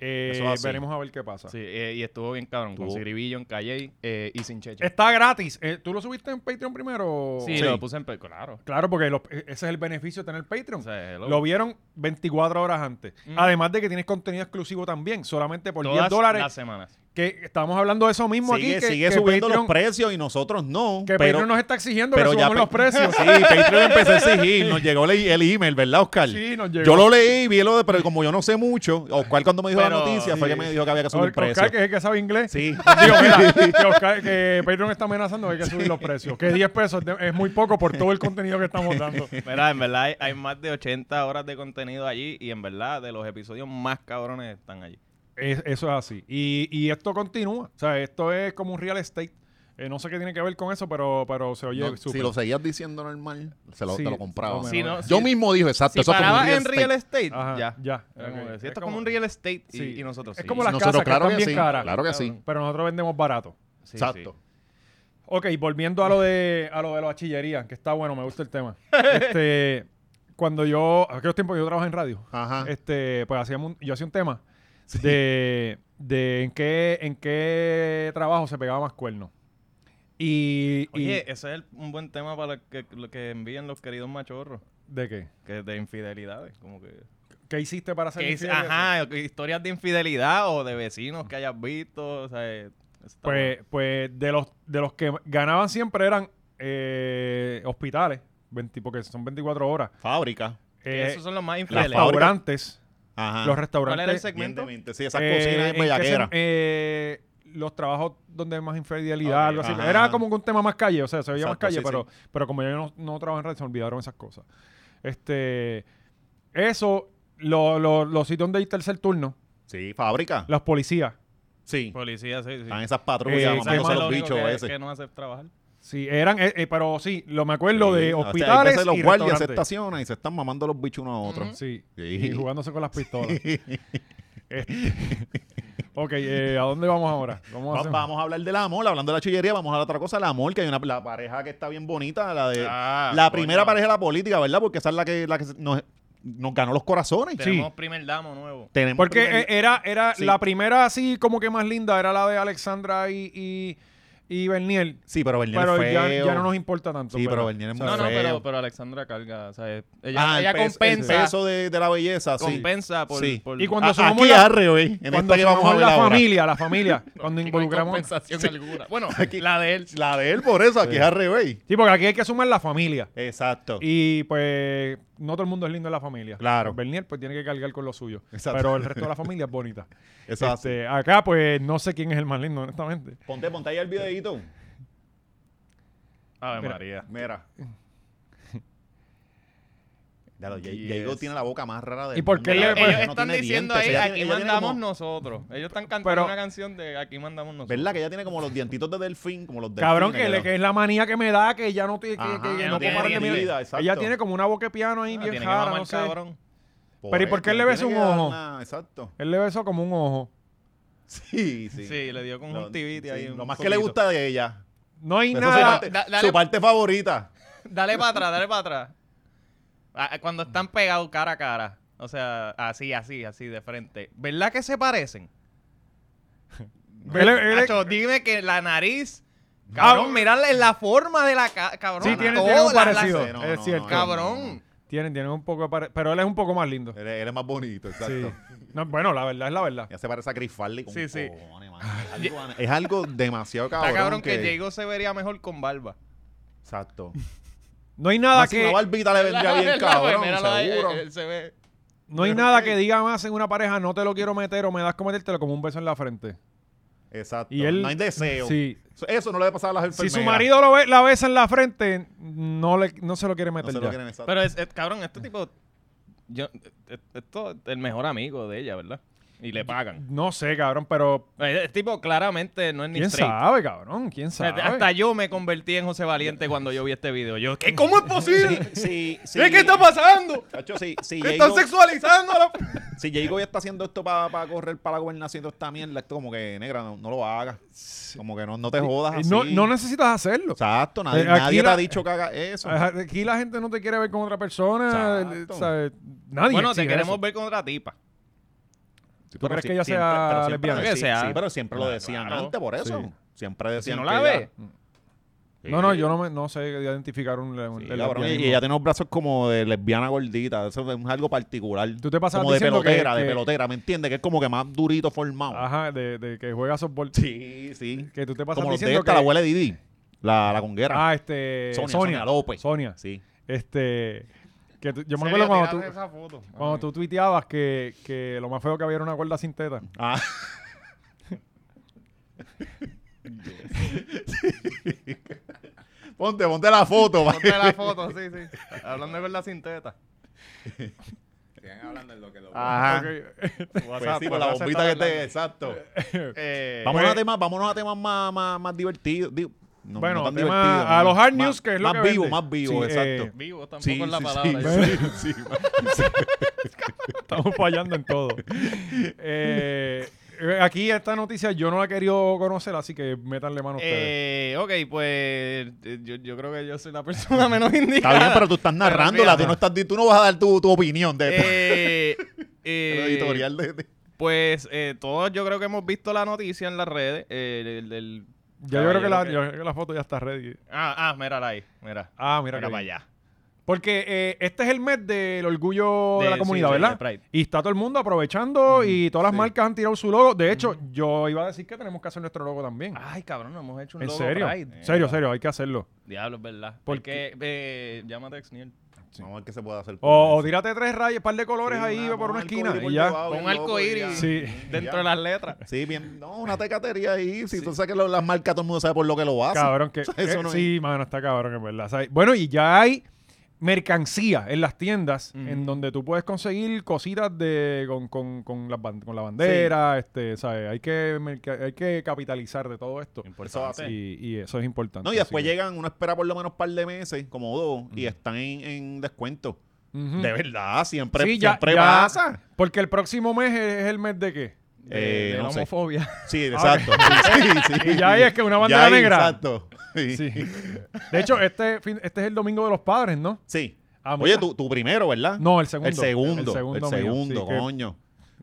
A: Eh,
C: Eso es así.
A: veremos a ver qué pasa.
B: Sí, eh, y estuvo bien cabrón, con
C: Estuvo.
B: Ciribillo en Calle eh, y sin Cheche.
A: Está gratis. Eh, ¿Tú lo subiste en Patreon primero?
B: Sí, lo puse en... pe- Claro.
A: Claro, porque los- e, ese es el beneficio de tener Patreon.
B: O sea, hello.
A: Lo vieron 24 horas antes.
B: Mm.
A: Además de que tienes contenido exclusivo también, solamente por
B: Todas
A: 10 dólares.
B: las semanas.
A: Que estamos hablando de eso mismo
C: Sigue,
A: aquí. Que,
C: sigue
A: que
C: subiendo
A: Patreon,
C: los precios y nosotros no.
A: Que
C: pero,
A: Patreon nos está exigiendo
C: pero
A: que
C: ya
A: subamos los
C: Pat-
A: precios.
C: Sí, Patreon empezó a exigir. Nos llegó el, el email, ¿verdad, Oscar?
A: Sí, nos llegó.
C: Yo lo leí, vi lo de, pero como yo no sé mucho, Oscar cuando me dijo
B: Pero-
C: la noticia fue que me dijo que había que subir
A: Oscar,
C: precios.
A: que es el que sabe inglés.
C: Sí.
A: Digo, mira, que, Oscar- que Patreon está amenazando que hay que subir los precios. Que 10 pesos de- es muy poco por todo el contenido que estamos dando.
B: Mira, en verdad hay, hay más de 80 horas de contenido allí y en verdad de los episodios más cabrones están allí.
A: Es- eso es así. Y, y esto continúa. O sea, esto es como un real estate. Eh, no sé qué tiene que ver con eso, pero, pero se oye
E: No, si
A: súper.
E: lo seguías diciendo normal, se lo,
A: Sí,
E: te lo compraba.
A: no,
B: Si no-
E: Yo
B: si-
E: mismo dije, exacto,
B: Si
E: Ah, eso es como
B: paraba
E: un real
B: en real
E: estate.
B: estate,
A: Ajá,
B: ya.
A: ya.
B: Era como
A: Ok. Es
B: decir, esto es como
A: como-
B: un real estate y,
A: sí.
B: y nosotros
A: Es
B: sí.
A: como las
E: Nosotros,
A: casas
E: claro
A: que
E: que
A: están
E: sí.
A: bien caras.
E: Claro que sí.
A: Pero nosotros vendemos barato.
B: Sí,
E: Exacto.
B: sí.
A: Ok, volviendo a lo de a lo de la bachillería, que está bueno, me gusta el tema. Este, cuando yo, aquellos tiempos que yo trabajaba en radio,
E: Ajá.
A: este, pues hacíamos un- yo hacía un tema de, de en qué en qué trabajo se pegaba más cuerno. Y, y-
B: Oye, ese es el- un buen tema para lo que, lo que envíen los queridos machorros,
A: ¿de qué?
B: que de infidelidades, como que...
A: ¿Qué hiciste para ser
B: que es-
A: infiel y eso?
B: ajá, o- historias de infidelidad o de vecinos que hayas visto, o sea, eh, eso está
A: Pues, pues de los de los que ganaban siempre eran eh, hospitales, 20 porque son 24 horas.
C: Fábrica.
B: bueno.
A: Eh,
B: esos son los más
A: los
B: infieles.
C: fábricas.
A: restaurantes, los
C: Ajá.
B: ¿Cuál era el
A: restaurantes
B: segmento?
C: Evidentemente, Sí, esas
A: Eh,
C: cocinas
A: ¿en
C: en
A: qué
C: bellaquera.
A: se- eh, los trabajos donde hay más infidelidad,
B: Ok,
A: algo así.
C: ajá.
A: Era como que un tema más calle, o sea, se veía
C: Exacto,
A: más calle,
C: sí,
A: pero, pero como yo no, no trabajo en red, se me olvidaron esas cosas. Este, eso, lo- lo- los sitios donde hay tercer turno,
C: Sí, fábrica.
A: las policías.
C: Sí.
B: Policía, sí, sí.
C: Están esas patrullas
A: pues, Eh,
B: Esa cosa
A: llamándose
B: es
C: mamándose
B: lo
C: los
B: único
C: bichos
B: que,
C: ese.
B: que no hace trabajar.
A: Sí, eran, eh, eh, pero sí, lo me acuerdo
C: Sí,
A: de
C: o sea, hay veces
A: hospitales
C: los
A: y
C: guardias se
A: restaurantes.
C: estacionan y se están mamando los bichos unos a otros.
A: Sí,
C: Sí.
A: y jugándose con las pistolas. Este, ok, eh, ¿a dónde vamos ahora? Vamos a
C: Va-
A: hacer-
C: Vamos a hablar del amor, hablando de la chillería, vamos a la otra cosa, el amor, que hay una la pareja que está bien bonita, la de
B: Ah,
C: la
B: coño.
C: primera pareja de la política, ¿verdad? Porque esa es la que, la que nos, nos ganó los corazones.
B: Tenemos primer damo nuevo.
C: Tenemos
A: Porque
C: primer-
A: eh, era, era
C: Sí.
A: la primera así como que más linda era la de Alexandra y, y, y Bernier.
C: sí, pero Bernier
A: Pero
C: es
A: ya,
C: feo.
A: ya no nos importa tanto.
C: Sí, pero Bernier es muy
B: No, no,
C: feo.
B: pero, pero Alexandra carga, o sea, eh, ella,
C: Ah, el
B: ella
C: peso-
B: compensa,
C: El peso de, de la belleza, sí.
B: compensa por,
C: Sí.
B: por-
A: Y cuando-
C: A-
A: sumamos
C: aquí
A: la-
C: arre, hoy, en
A: cuando
C: esta que vamos a
A: sumamos
C: hablar
A: la
C: ahora.
A: familia, la familia, cuando
B: Aquí no hay
A: involucramos...
B: compensación alguna. Bueno, la de él.
C: La de él, por eso, aquí es arre, güey.
A: Sí, porque aquí hay que sumar la familia.
C: Exacto.
A: Y pues no todo el mundo es lindo en la familia.
C: Claro.
A: Bernier pues tiene que cargar con lo suyo.
C: Exacto.
A: Pero el resto de la familia es bonita.
C: Eso es
A: Este, acá pues no sé quién es el más lindo, honestamente.
C: así. Ponte, ponte ahí el videito.
B: Ave
A: Mira.
B: María.
C: Mira. Ya lo, J-
B: Yes.
C: Jago tiene la boca más rara del
A: ¿Y por qué
C: mundo.
A: le-
B: Ellos,
A: Ella- pues,
B: ellos
A: ella
C: no
B: están
C: tiene
B: diciendo
C: dientes,
B: ahí,
C: ella
B: aquí
C: tiene- ella tiene
B: mandamos
C: como-
B: nosotros. Ellos están cantando
A: Pero-
B: una canción de aquí mandamos nosotros. Ah,
C: ¿Verdad que ella tiene como los dientitos de delfín? Como los delfines,
A: Cabrón, que,
C: ya
A: le-
C: lo-
A: que es la manía que me da, que ya no, te- que,
C: Ajá,
A: que
B: ya
A: no
B: no tiene
A: comparan de mi
B: dientes.
A: vida.
C: Exacto.
A: Ella tiene como una boca de piano ahí
B: Ah,
A: bien
B: tiene que
A: rara,
B: mamar,
A: no sé.
B: cabrón.
A: Pero, ¿y por
C: eso,
A: qué le
C: tiene
A: ves
C: Pues, que
A: un
C: dar
A: ojo?
C: una- exacto.
A: Él le besó como un ojo.
C: Sí, sí.
B: Sí. le dio con
C: Lo-
B: un tibiti
C: sí,
B: ahí.
C: Lo
B: un
C: más que le
B: poquito.
C: gusta de ella.
A: No hay
C: Esa es su
A: nada.
C: parte-
B: da- dale-
C: su parte favorita.
B: Dale para atrás, dale para atrás. Ah, Cuando están pegados cara a cara. O sea, así, así, así, de frente. ¿Verdad que se parecen?
A: Él- él-
B: Nacho, dime que la nariz. Cabrón, mirarle la forma de la ca- cabrón.
A: sí, tiene,
B: todo,
A: tiene un
B: la- la-
A: parecido.
C: No, no,
A: es
C: no,
A: cierto.
C: no, no.
B: cabrón.
A: Tienen, tienen un poco de pare- Pero él es un poco más lindo.
C: Él, es- él es más bonito, exacto.
A: Sí. No, bueno, la verdad es la verdad.
C: Ya se parece a Chris Farley con
B: Sí, sí.
C: cojones, mano. Algo an- es algo demasiado cabrón.
B: Está cabrón que Diego se vería mejor con barba.
C: Exacto.
A: No hay nada
C: Más que...
A: que,
C: Una barbita le vendría bien cabrón,
B: Míralo ahí,
C: seguro.
B: él- él se ve.
A: no hay nada que diga más en una pareja, no te lo quiero meter o me das cometértelo como un beso en la frente.
C: Exacto.
A: Y él-
C: no hay deseo.
A: Sí.
C: Eso, eso no le debe pasar a las
A: Si
C: enfermeras.
A: su marido lo ve, la besa en la frente, no, le, no se lo quiere
C: no
A: meter
C: se
A: ya.
C: lo quieren exacto.
B: Pero, es, es- cabrón, este tipo... Yo, es- esto es el mejor amigo de ella, ¿verdad? Y le pagan.
A: No sé, cabrón, pero
B: Eh, El tipo claramente no es ni
A: ¿quién
B: straight.
A: sabe, cabrón? ¿Quién
B: O sea,
A: sabe?
B: Hasta yo me convertí en José Valiente cuando yo vi este video. Yo, ¿qué? ¿Cómo es posible?
C: Sí, sí.
B: ¿Qué, qué está pasando?
C: Chacho, sí, sí,
B: ¿Qué
C: Jago-
B: están sexualizando? a la-
C: Si Jago ya está haciendo esto para correr para la gobernación, esta mierda, esto como que, negra, no, no lo hagas. Como que no, no te jodas
A: Eh,
C: así.
A: no, no necesitas hacerlo.
C: Exacto, nadie,
A: Eh, aquí
C: nadie
A: la-
C: te ha dicho que haga eso.
A: Ajá, Aquí la gente no te quiere ver con otra persona. eh,
C: Exacto.
A: ¿sabes? Nadie.
B: Bueno, te
A: exige
B: queremos
A: eso.
B: ver con otra tipa.
C: Sí,
A: ¿Tú
C: pero
A: crees
C: sí,
A: que ella
C: siempre-
A: sea
C: pero siempre lo
A: lesbiana?
B: Que
C: decían-
B: sea.
C: Sí, pero siempre lo
B: Claro.
C: decían antes por eso.
A: Sí.
C: Siempre
B: Si
C: decían
B: no
C: que
B: la
C: ella-
B: ve.
A: No, no, yo no, me, no sé identificar un. un-
C: Sí,
A: el
C: cabrón, y
A: lesbianismo.
C: ella tiene los brazos como de lesbiana gordita, eso es algo particular.
A: Tú te pasabas
C: como de
A: diciendo que-
C: pelotera, de
A: que-
C: pelotera, ¿me entiendes? Que es como que más durito formado.
A: Ajá, de, de que juega softball.
C: Sí, sí.
A: Que tú te pasas
C: Como los de
A: diciendo
C: esta,
A: que-
C: la abuela de Didi, la, la conguera.
A: Ah, este.
C: Sonia,
A: Sonia,
C: Sonia López.
A: Sonia.
C: Sí.
A: Este. Que tú- yo me acuerdo cuando tú,
B: foto.
A: cuando tú tuiteabas que, que lo más feo que había era una cuerda sin teta.
C: Ah. ponte, ponte la foto. pa.
B: la foto, sí, sí. Hablando con la sinteta.
F: Siguen hablando en lo que lo
A: Ah,
C: Ajá.
A: Ok.
C: Pues sí, con la bombita que te... Exacto.
A: Eh, pues-
C: Vámonos, a temas, vámonos a temas más, más, más divertidos. digo, no-
A: Bueno,
C: no tan
A: tema-
C: divertidos,
A: a
C: más-
A: los hard news,
C: más-
A: que es lo
C: más
A: que
C: vivo,
A: vende.
C: más vivo,
A: Sí,
C: exacto.
A: eh,
B: Vivo tampoco
C: Sí,
B: es la
C: sí,
B: palabra. ¿eh?
C: sí, sí, sí.
A: Estamos fallando en todo. Eh, eh, aquí esta noticia yo no la he querido conocer, así que métanle mano ustedes.
B: Eh, ok, pues eh, yo, yo creo que yo soy la persona menos indicada.
C: Está bien, pero tú estás narrándola,
B: fíjate.
C: tú no, estás, di- tú no vas a dar tu, tu opinión de esto.
B: Eh, eh,
C: El editorial de, de-
B: Pues eh, todos yo creo que hemos visto la noticia en las redes. eh, del- del-
A: ya yo creo que la,
B: caballero
A: yo creo que la foto ya está ready.
B: Ah, ah, mírala ahí. Mira.
A: Ah, mira,
B: Mira
A: que
B: para
A: bien.
B: allá.
A: Porque eh, este es el mes del orgullo de,
B: De-
A: la comunidad,
B: sí, sí,
A: ¿verdad?
B: de Pride.
A: y está todo el mundo aprovechando y todas las
C: sí.
A: marcas han tirado su logo. De hecho, yo iba a decir que tenemos que hacer nuestro logo también.
B: Ay, cabrón, nos hemos hecho Ah, un
A: en
B: logo
A: serio.
B: Pride.
A: Serio,
B: Eh,
A: serio, hay que hacerlo.
B: Diablo, es verdad.
A: ¿Por
B: Porque eh, llámate a Exniel.
C: Vamos a ver qué se puede hacer. con
A: O,
C: eso.
A: o tírate tres rayas, un par de colores
C: Sí,
A: ahí,
C: una-
A: ve por
C: un
A: una esquina
C: arcoíris
A: y
C: por
A: ya.
C: debajo,
B: Con un
C: el logo y
B: arcoíris
C: ya.
A: Sí.
B: dentro
C: ya.
B: de las letras.
C: Sí, bien. No, una tecatería ahí. Si tú sabes que lo- las marcas, todo el mundo sabe por lo que lo hace.
A: Cabrón, que.
C: Eso
A: que-
C: no es.
A: sí, mano, está cabrón, en verdad. ¿sabes? Bueno, y ya hay mercancía en las tiendas en donde tú puedes conseguir cositas de con, con, con, las ban- con la bandera, este, ¿sabes? Hay que, merca- hay que capitalizar de todo esto.
C: Eso va a ser.
A: Y, y eso es importante.
C: No, y
A: así
C: después
A: que-
C: llegan, uno espera por lo menos un par de meses, como dos, y están en, en descuento.
A: Ujú.
C: De verdad, siempre,
A: Sí, ya-
C: siempre
A: ya-
C: pasa.
A: Porque el próximo mes es, es el mes de qué?
B: De,
C: Eh,
B: de
C: no
B: la
C: sé.
B: homofobia.
C: Sí, exacto. Sí, sí, sí.
A: Y ya ahí es que una
C: Ya
A: bandera
C: ahí,
A: negra.
C: Exacto. Sí.
A: Sí. De hecho, este, fin- este es el domingo de los padres, ¿no?
C: Sí.
A: Ah,
C: Oye,
A: mira.
C: tú, tú primero, ¿verdad?
A: No, el segundo.
C: El segundo. El segundo,
A: mío, sí, que-
C: coño.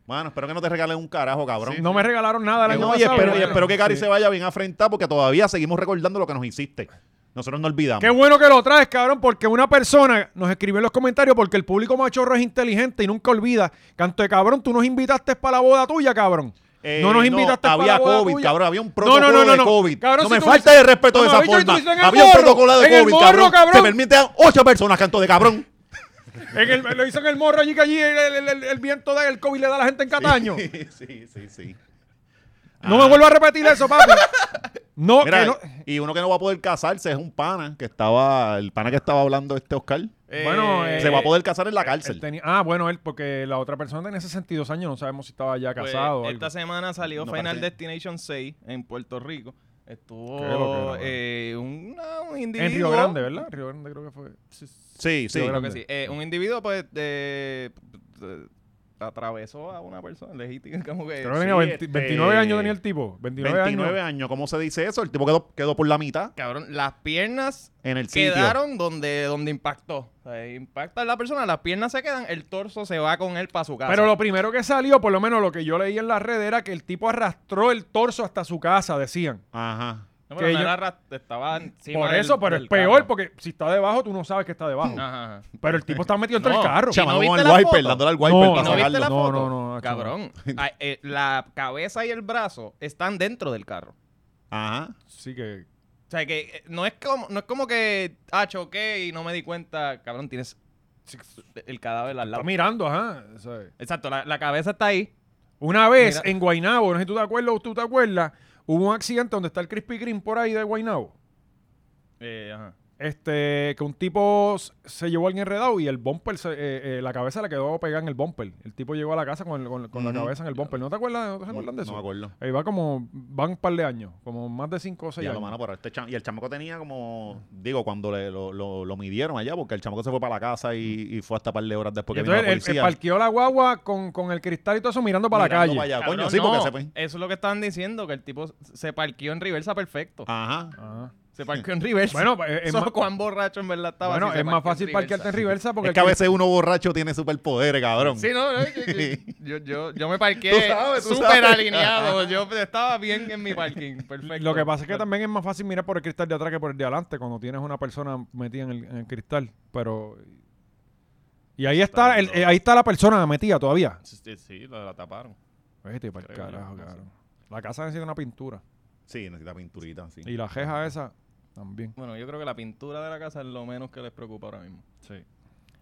C: Mano, espero que no te regalen un carajo, cabrón.
A: No me regalaron nada el
C: Eh,
A: año
C: no, y
A: pasado.
C: espero, y
A: Bueno,
C: espero que Cari
A: sí.
C: se vaya bien afrentada porque todavía seguimos recordando lo que nos hiciste. Nosotros no olvidamos.
A: Qué bueno que lo traes, cabrón, porque una persona nos escribió en los comentarios porque el público machorro es inteligente y nunca olvida. Canto de cabrón, tú nos invitaste para la boda tuya, cabrón.
C: Eh,
A: no nos invitaste para
C: Había
A: la boda
C: COVID,
A: tuya.
C: cabrón. Había un protocolo de COVID.
A: Cabrón,
C: no
A: si
C: me
A: tú
C: falta
A: dices-
C: de respeto de
A: no,
C: esa
A: bicho, y tú
C: forma.
A: dices en el
C: Había un
A: morro,
C: protocolo de
A: en el
C: COVID,
A: morro,
C: cabrón. Se
A: cabrón.
C: permiten ocho personas, canto de cabrón.
A: En el- lo hizo en el morro allí que allí el, el- el- el viento del COVID le da a la gente en Cataño.
C: Sí, sí, sí. sí.
A: No me vuelvo a repetir eso, papi. No,
C: Mira, eh,
A: que no-
C: y uno que no va a poder casarse es un pana que estaba, el pana que estaba hablando este Oscar.
A: Bueno, eh,
C: se va a poder casar en la
A: Él
C: cárcel.
A: tenía- ah, bueno, él, porque la otra persona tenía 62 años, no sabemos si estaba ya
B: pues,
A: casado. o algo.
B: esta semana salió
C: No,
B: Final
C: parece-
B: Destination 6 en Puerto Rico. Estuvo
A: Qué loquero,
B: eh, un, no, un individuo.
A: En Río Grande, ¿verdad? Río Grande creo que fue.
C: Sí, sí.
B: Sí, creo que
A: Grande.
B: sí. Eh, un individuo, pues, de- de- atravesó a una persona legítima. Como que,
A: Creo que
B: sí,
A: tenía 20
C: este-
A: 29 años tenía el tipo. 29,
C: 29
A: años.
C: años, ¿cómo se dice eso? El tipo quedó, quedó por la mitad
B: Cabrón, las piernas
C: en el sitio.
B: quedaron donde, donde impactó. O sea, impacta a la persona, las piernas se quedan, el torso se va con él para su casa.
A: Pero lo primero que salió, por lo menos lo que yo leí en la red, era que el tipo arrastró el torso hasta su casa, decían.
C: Ajá.
B: No,
A: que
B: pero no
A: yo-
B: era ras- estaba encima
A: Por
B: del-
A: eso, pero
B: del
A: es peor
B: carro.
A: porque si está debajo, tú no sabes que está debajo.
B: Ajá, ajá.
A: Pero el tipo está metido entre el
B: No,
A: carro.
B: chamo,
C: Chamado
B: viste
C: con el
B: la
C: wiper,
B: foto?
C: dándole al wiper
A: No,
B: ¿Y
C: para
B: no viste
C: sacarlo.
B: la
A: No,
B: foto?
A: no, no,
B: Cabrón. Ah, eh, la cabeza y el brazo están dentro del carro.
C: Ajá.
A: Sí que.
B: O sea, que eh, no es como, no es como que, ah, choqué y no me di cuenta. Cabrón, tienes el cadáver al
A: Está
B: lado.
A: mirando, ajá. ¿sabes?
B: Exacto, la, la cabeza está ahí.
A: Una vez
B: Mira.
A: en Guaynabo, no sé si tú te acuerdas o tú te acuerdas, hubo un accidente donde está el Krispy Kreme por ahí de Guaynabo.
B: Eh, ajá.
A: Este, que un tipo s- se llevó a alguien enredado y el bumper, se- eh, eh, la cabeza le quedó pegada en el bumper. El tipo llegó a la casa con, el- con- con la
C: Ujú.
A: cabeza en el bumper. ¿No te acuerdas, no te acuerdan de eso?
C: No me acuerdo.
A: Ahí va como, van un par de años, como más de 5 o 6
C: Ya
A: años.
C: lo mano, pero este cham- y el chamaco tenía como, digo, cuando le, lo, lo, lo midieron allá, porque el chamaco se fue para la casa y, y fue hasta par de horas después
A: Y
C: que vino la
A: entonces él, él
C: policía.
A: parqueó la guagua con, con el cristal y todo eso mirando para
C: mirando
A: la
C: para
A: calle.
C: allá.
B: Cabrón,
C: Coño, sí, porque
B: no.
C: se fue.
B: Eso es lo que estaban diciendo, que el tipo se parqueó en reversa perfecto.
C: Ajá.
A: Ajá.
B: Se parqueó en reversa.
A: Ah, Bueno, pues, es, es
B: Eso
A: más,
B: cuán borracho en verdad estaba.
A: bueno,
B: si se
A: es más
B: parqueó en
A: fácil
B: reversa.
A: parquearte en reversa porque
C: Es
A: el
C: que a
A: cri-
C: veces uno borracho tiene superpoderes, cabrón.
B: Sí, no, no, yo, yo, yo, yo- yo me
C: Tú
B: parqué
C: sabes, tú
B: súper
C: sabes.
B: alineado. Yo estaba bien en mi parking. Perfecto.
A: Lo que pasa es que también es más fácil mirar por el cristal de atrás que por el de adelante cuando tienes una persona metida en el, en el cristal. Pero. Y ahí está, el- eh, ahí está la persona metida todavía.
B: Sí, sí, la, la taparon.
A: Vete para el
B: Creo yo,
A: carajo,
B: no sé.
A: cabrón. La casa necesita una pintura.
C: Sí, necesita pinturita, sí.
A: Y la jeja esa también.
B: Bueno, yo creo que la pintura de la casa es lo menos que les preocupa ahora mismo.
A: Sí.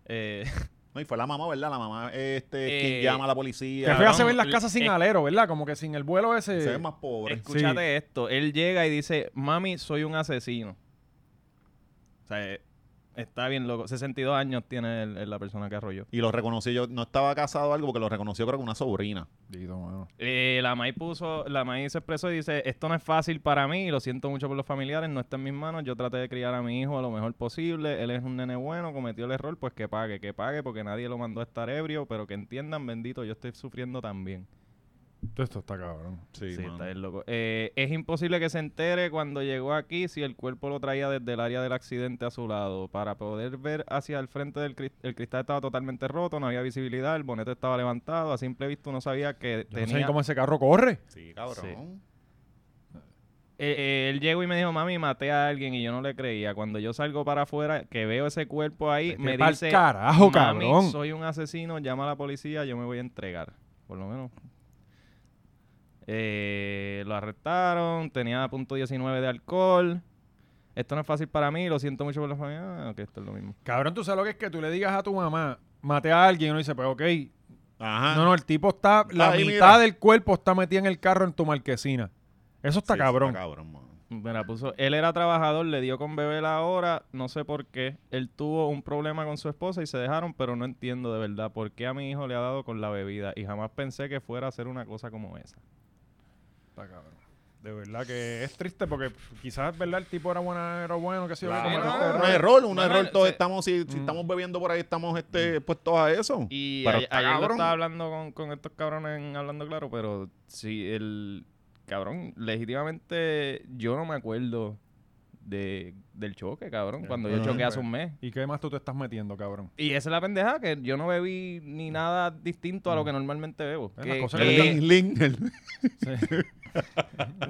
B: Eh,
C: No, y fue la mamá, ¿verdad? La mamá este, es
B: Eh,
C: quien llama a
A: Que
C: la
A: eh,
C: policía.
B: fue-
A: fea
B: Cabrón, eh,
A: se ven las
B: le-
A: casas sin
B: es-
A: alero, ¿verdad? Como que sin el vuelo ese.
C: Se ve más pobre.
B: escúchate esto. Él llega y dice, mami, soy un asesino. O sea, eh, está bien loco. 62 años tiene el- el- la persona que arrolló.
C: Y lo reconoció yo. No estaba casado o algo porque lo reconoció creo que una sobrina.
A: Dito, mano.
B: Eh, la May puso, la May se expresó y dice, esto no es fácil para mí, lo siento mucho por los familiares, no está en mis manos, yo traté de criar a mi hijo lo mejor posible, él es un nene bueno, cometió el error, pues que pague, que pague, porque nadie lo mandó a estar ebrio, pero que entiendan, bendito, yo estoy sufriendo también.
A: Todo Esto está cabrón.
C: Sí,
B: Sí,
C: mano.
B: está bien loco. Eh, es imposible que se entere cuando llegó aquí si el cuerpo lo traía desde el área del accidente a su lado. Para poder ver hacia el frente del cristal, el cristal estaba totalmente roto, no había visibilidad, el bonete estaba levantado, a simple vista no sabía que
A: Yo no sé
B: tenía...
A: ni cómo ese carro corre.
C: Sí, cabrón.
B: Eh, eh, él llegó y me dijo, mami, maté a alguien y yo no le creía. Cuando yo salgo para afuera, que veo ese cuerpo ahí,
A: Vete
B: me
A: pa'l
B: dice,
A: carajo,
B: mami,
A: cabrón".
B: soy un asesino, llama a la policía, yo me voy a entregar. Por lo menos. Eh, lo arrestaron, tenía punto .19 de alcohol. Esto no es fácil para mí, lo siento mucho por la familia. Ah, ok, esto es lo mismo.
A: Cabrón, tú sabes lo que es que tú le digas a tu mamá, maté a alguien y uno dice, pues ok.
B: Ah.
C: Ajá.
A: No, no, el tipo está, la
C: ahí,
A: mitad
C: mira.
A: del cuerpo está metida en el carro en tu marquesina. Eso está
C: Sí,
A: cabrón.
C: Está cabrón, mano.
B: Me la puso. Él era trabajador, le dio con beber ahora, no sé por qué. Él tuvo un problema con su esposa y se dejaron, pero no entiendo de verdad por qué a mi hijo le ha dado con la bebida y jamás pensé que fuera a hacer una cosa como esa.
A: Está cabrón. De verdad que es triste porque quizás, ¿verdad? El tipo era bueno, era bueno, qué sé yo. este qué,
B: Claro. Este
A: cometiste
C: un
A: errores.
C: error, un
B: No, no,
C: error.
B: no,
C: todos
B: se-
C: estamos, si, si estamos bebiendo por ahí, estamos este, puestos a eso.
B: Mm. Y
C: Pero
B: a-
C: está
B: ayer lo
C: cabrón.
B: estaba hablando con, con estos cabrones en Hablando Claro, pero sí, el cabrón, legítimamente yo no me acuerdo de, del choque, cabrón, cuando yo
C: Ajá.
B: choqué hace un mes.
A: ¿Y qué más tú te estás metiendo, cabrón?
B: Y esa es la pendeja, que yo no bebí ni nada distinto a lo que normalmente bebo.
A: Es la
B: Que-
A: cosa que le
B: que-
C: Lin, Lin, el-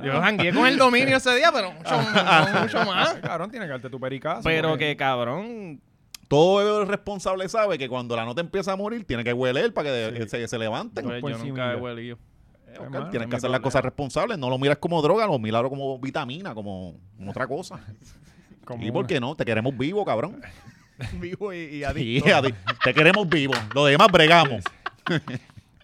B: Yo jangué con el dominio ese día, pero mucho, mucho, mucho más.
A: Cabrón, tiene que darte tu pericazo.
B: Ah. Pero
A: porque-
B: que cabrón.
C: Todo bebedor responsable sabe que cuando la nota empieza a morir, tiene que hueler para que
A: Sí.
C: se, se levanten.
B: pues,
A: por
B: yo
A: encima
B: nunca
A: ya.
B: he huelido.
A: Eh,
C: Oscar,
A: mano,
C: tienes que
B: es mi
C: hacer las
B: problema.
C: cosas responsables. No lo miras como droga, lo miras como vitamina, como, como otra cosa.
A: como
C: ¿Y por qué no? Te queremos vivo, cabrón.
B: Vivo y, y
C: Sí, adi- te queremos vivo. Lo demás bregamos.
A: una-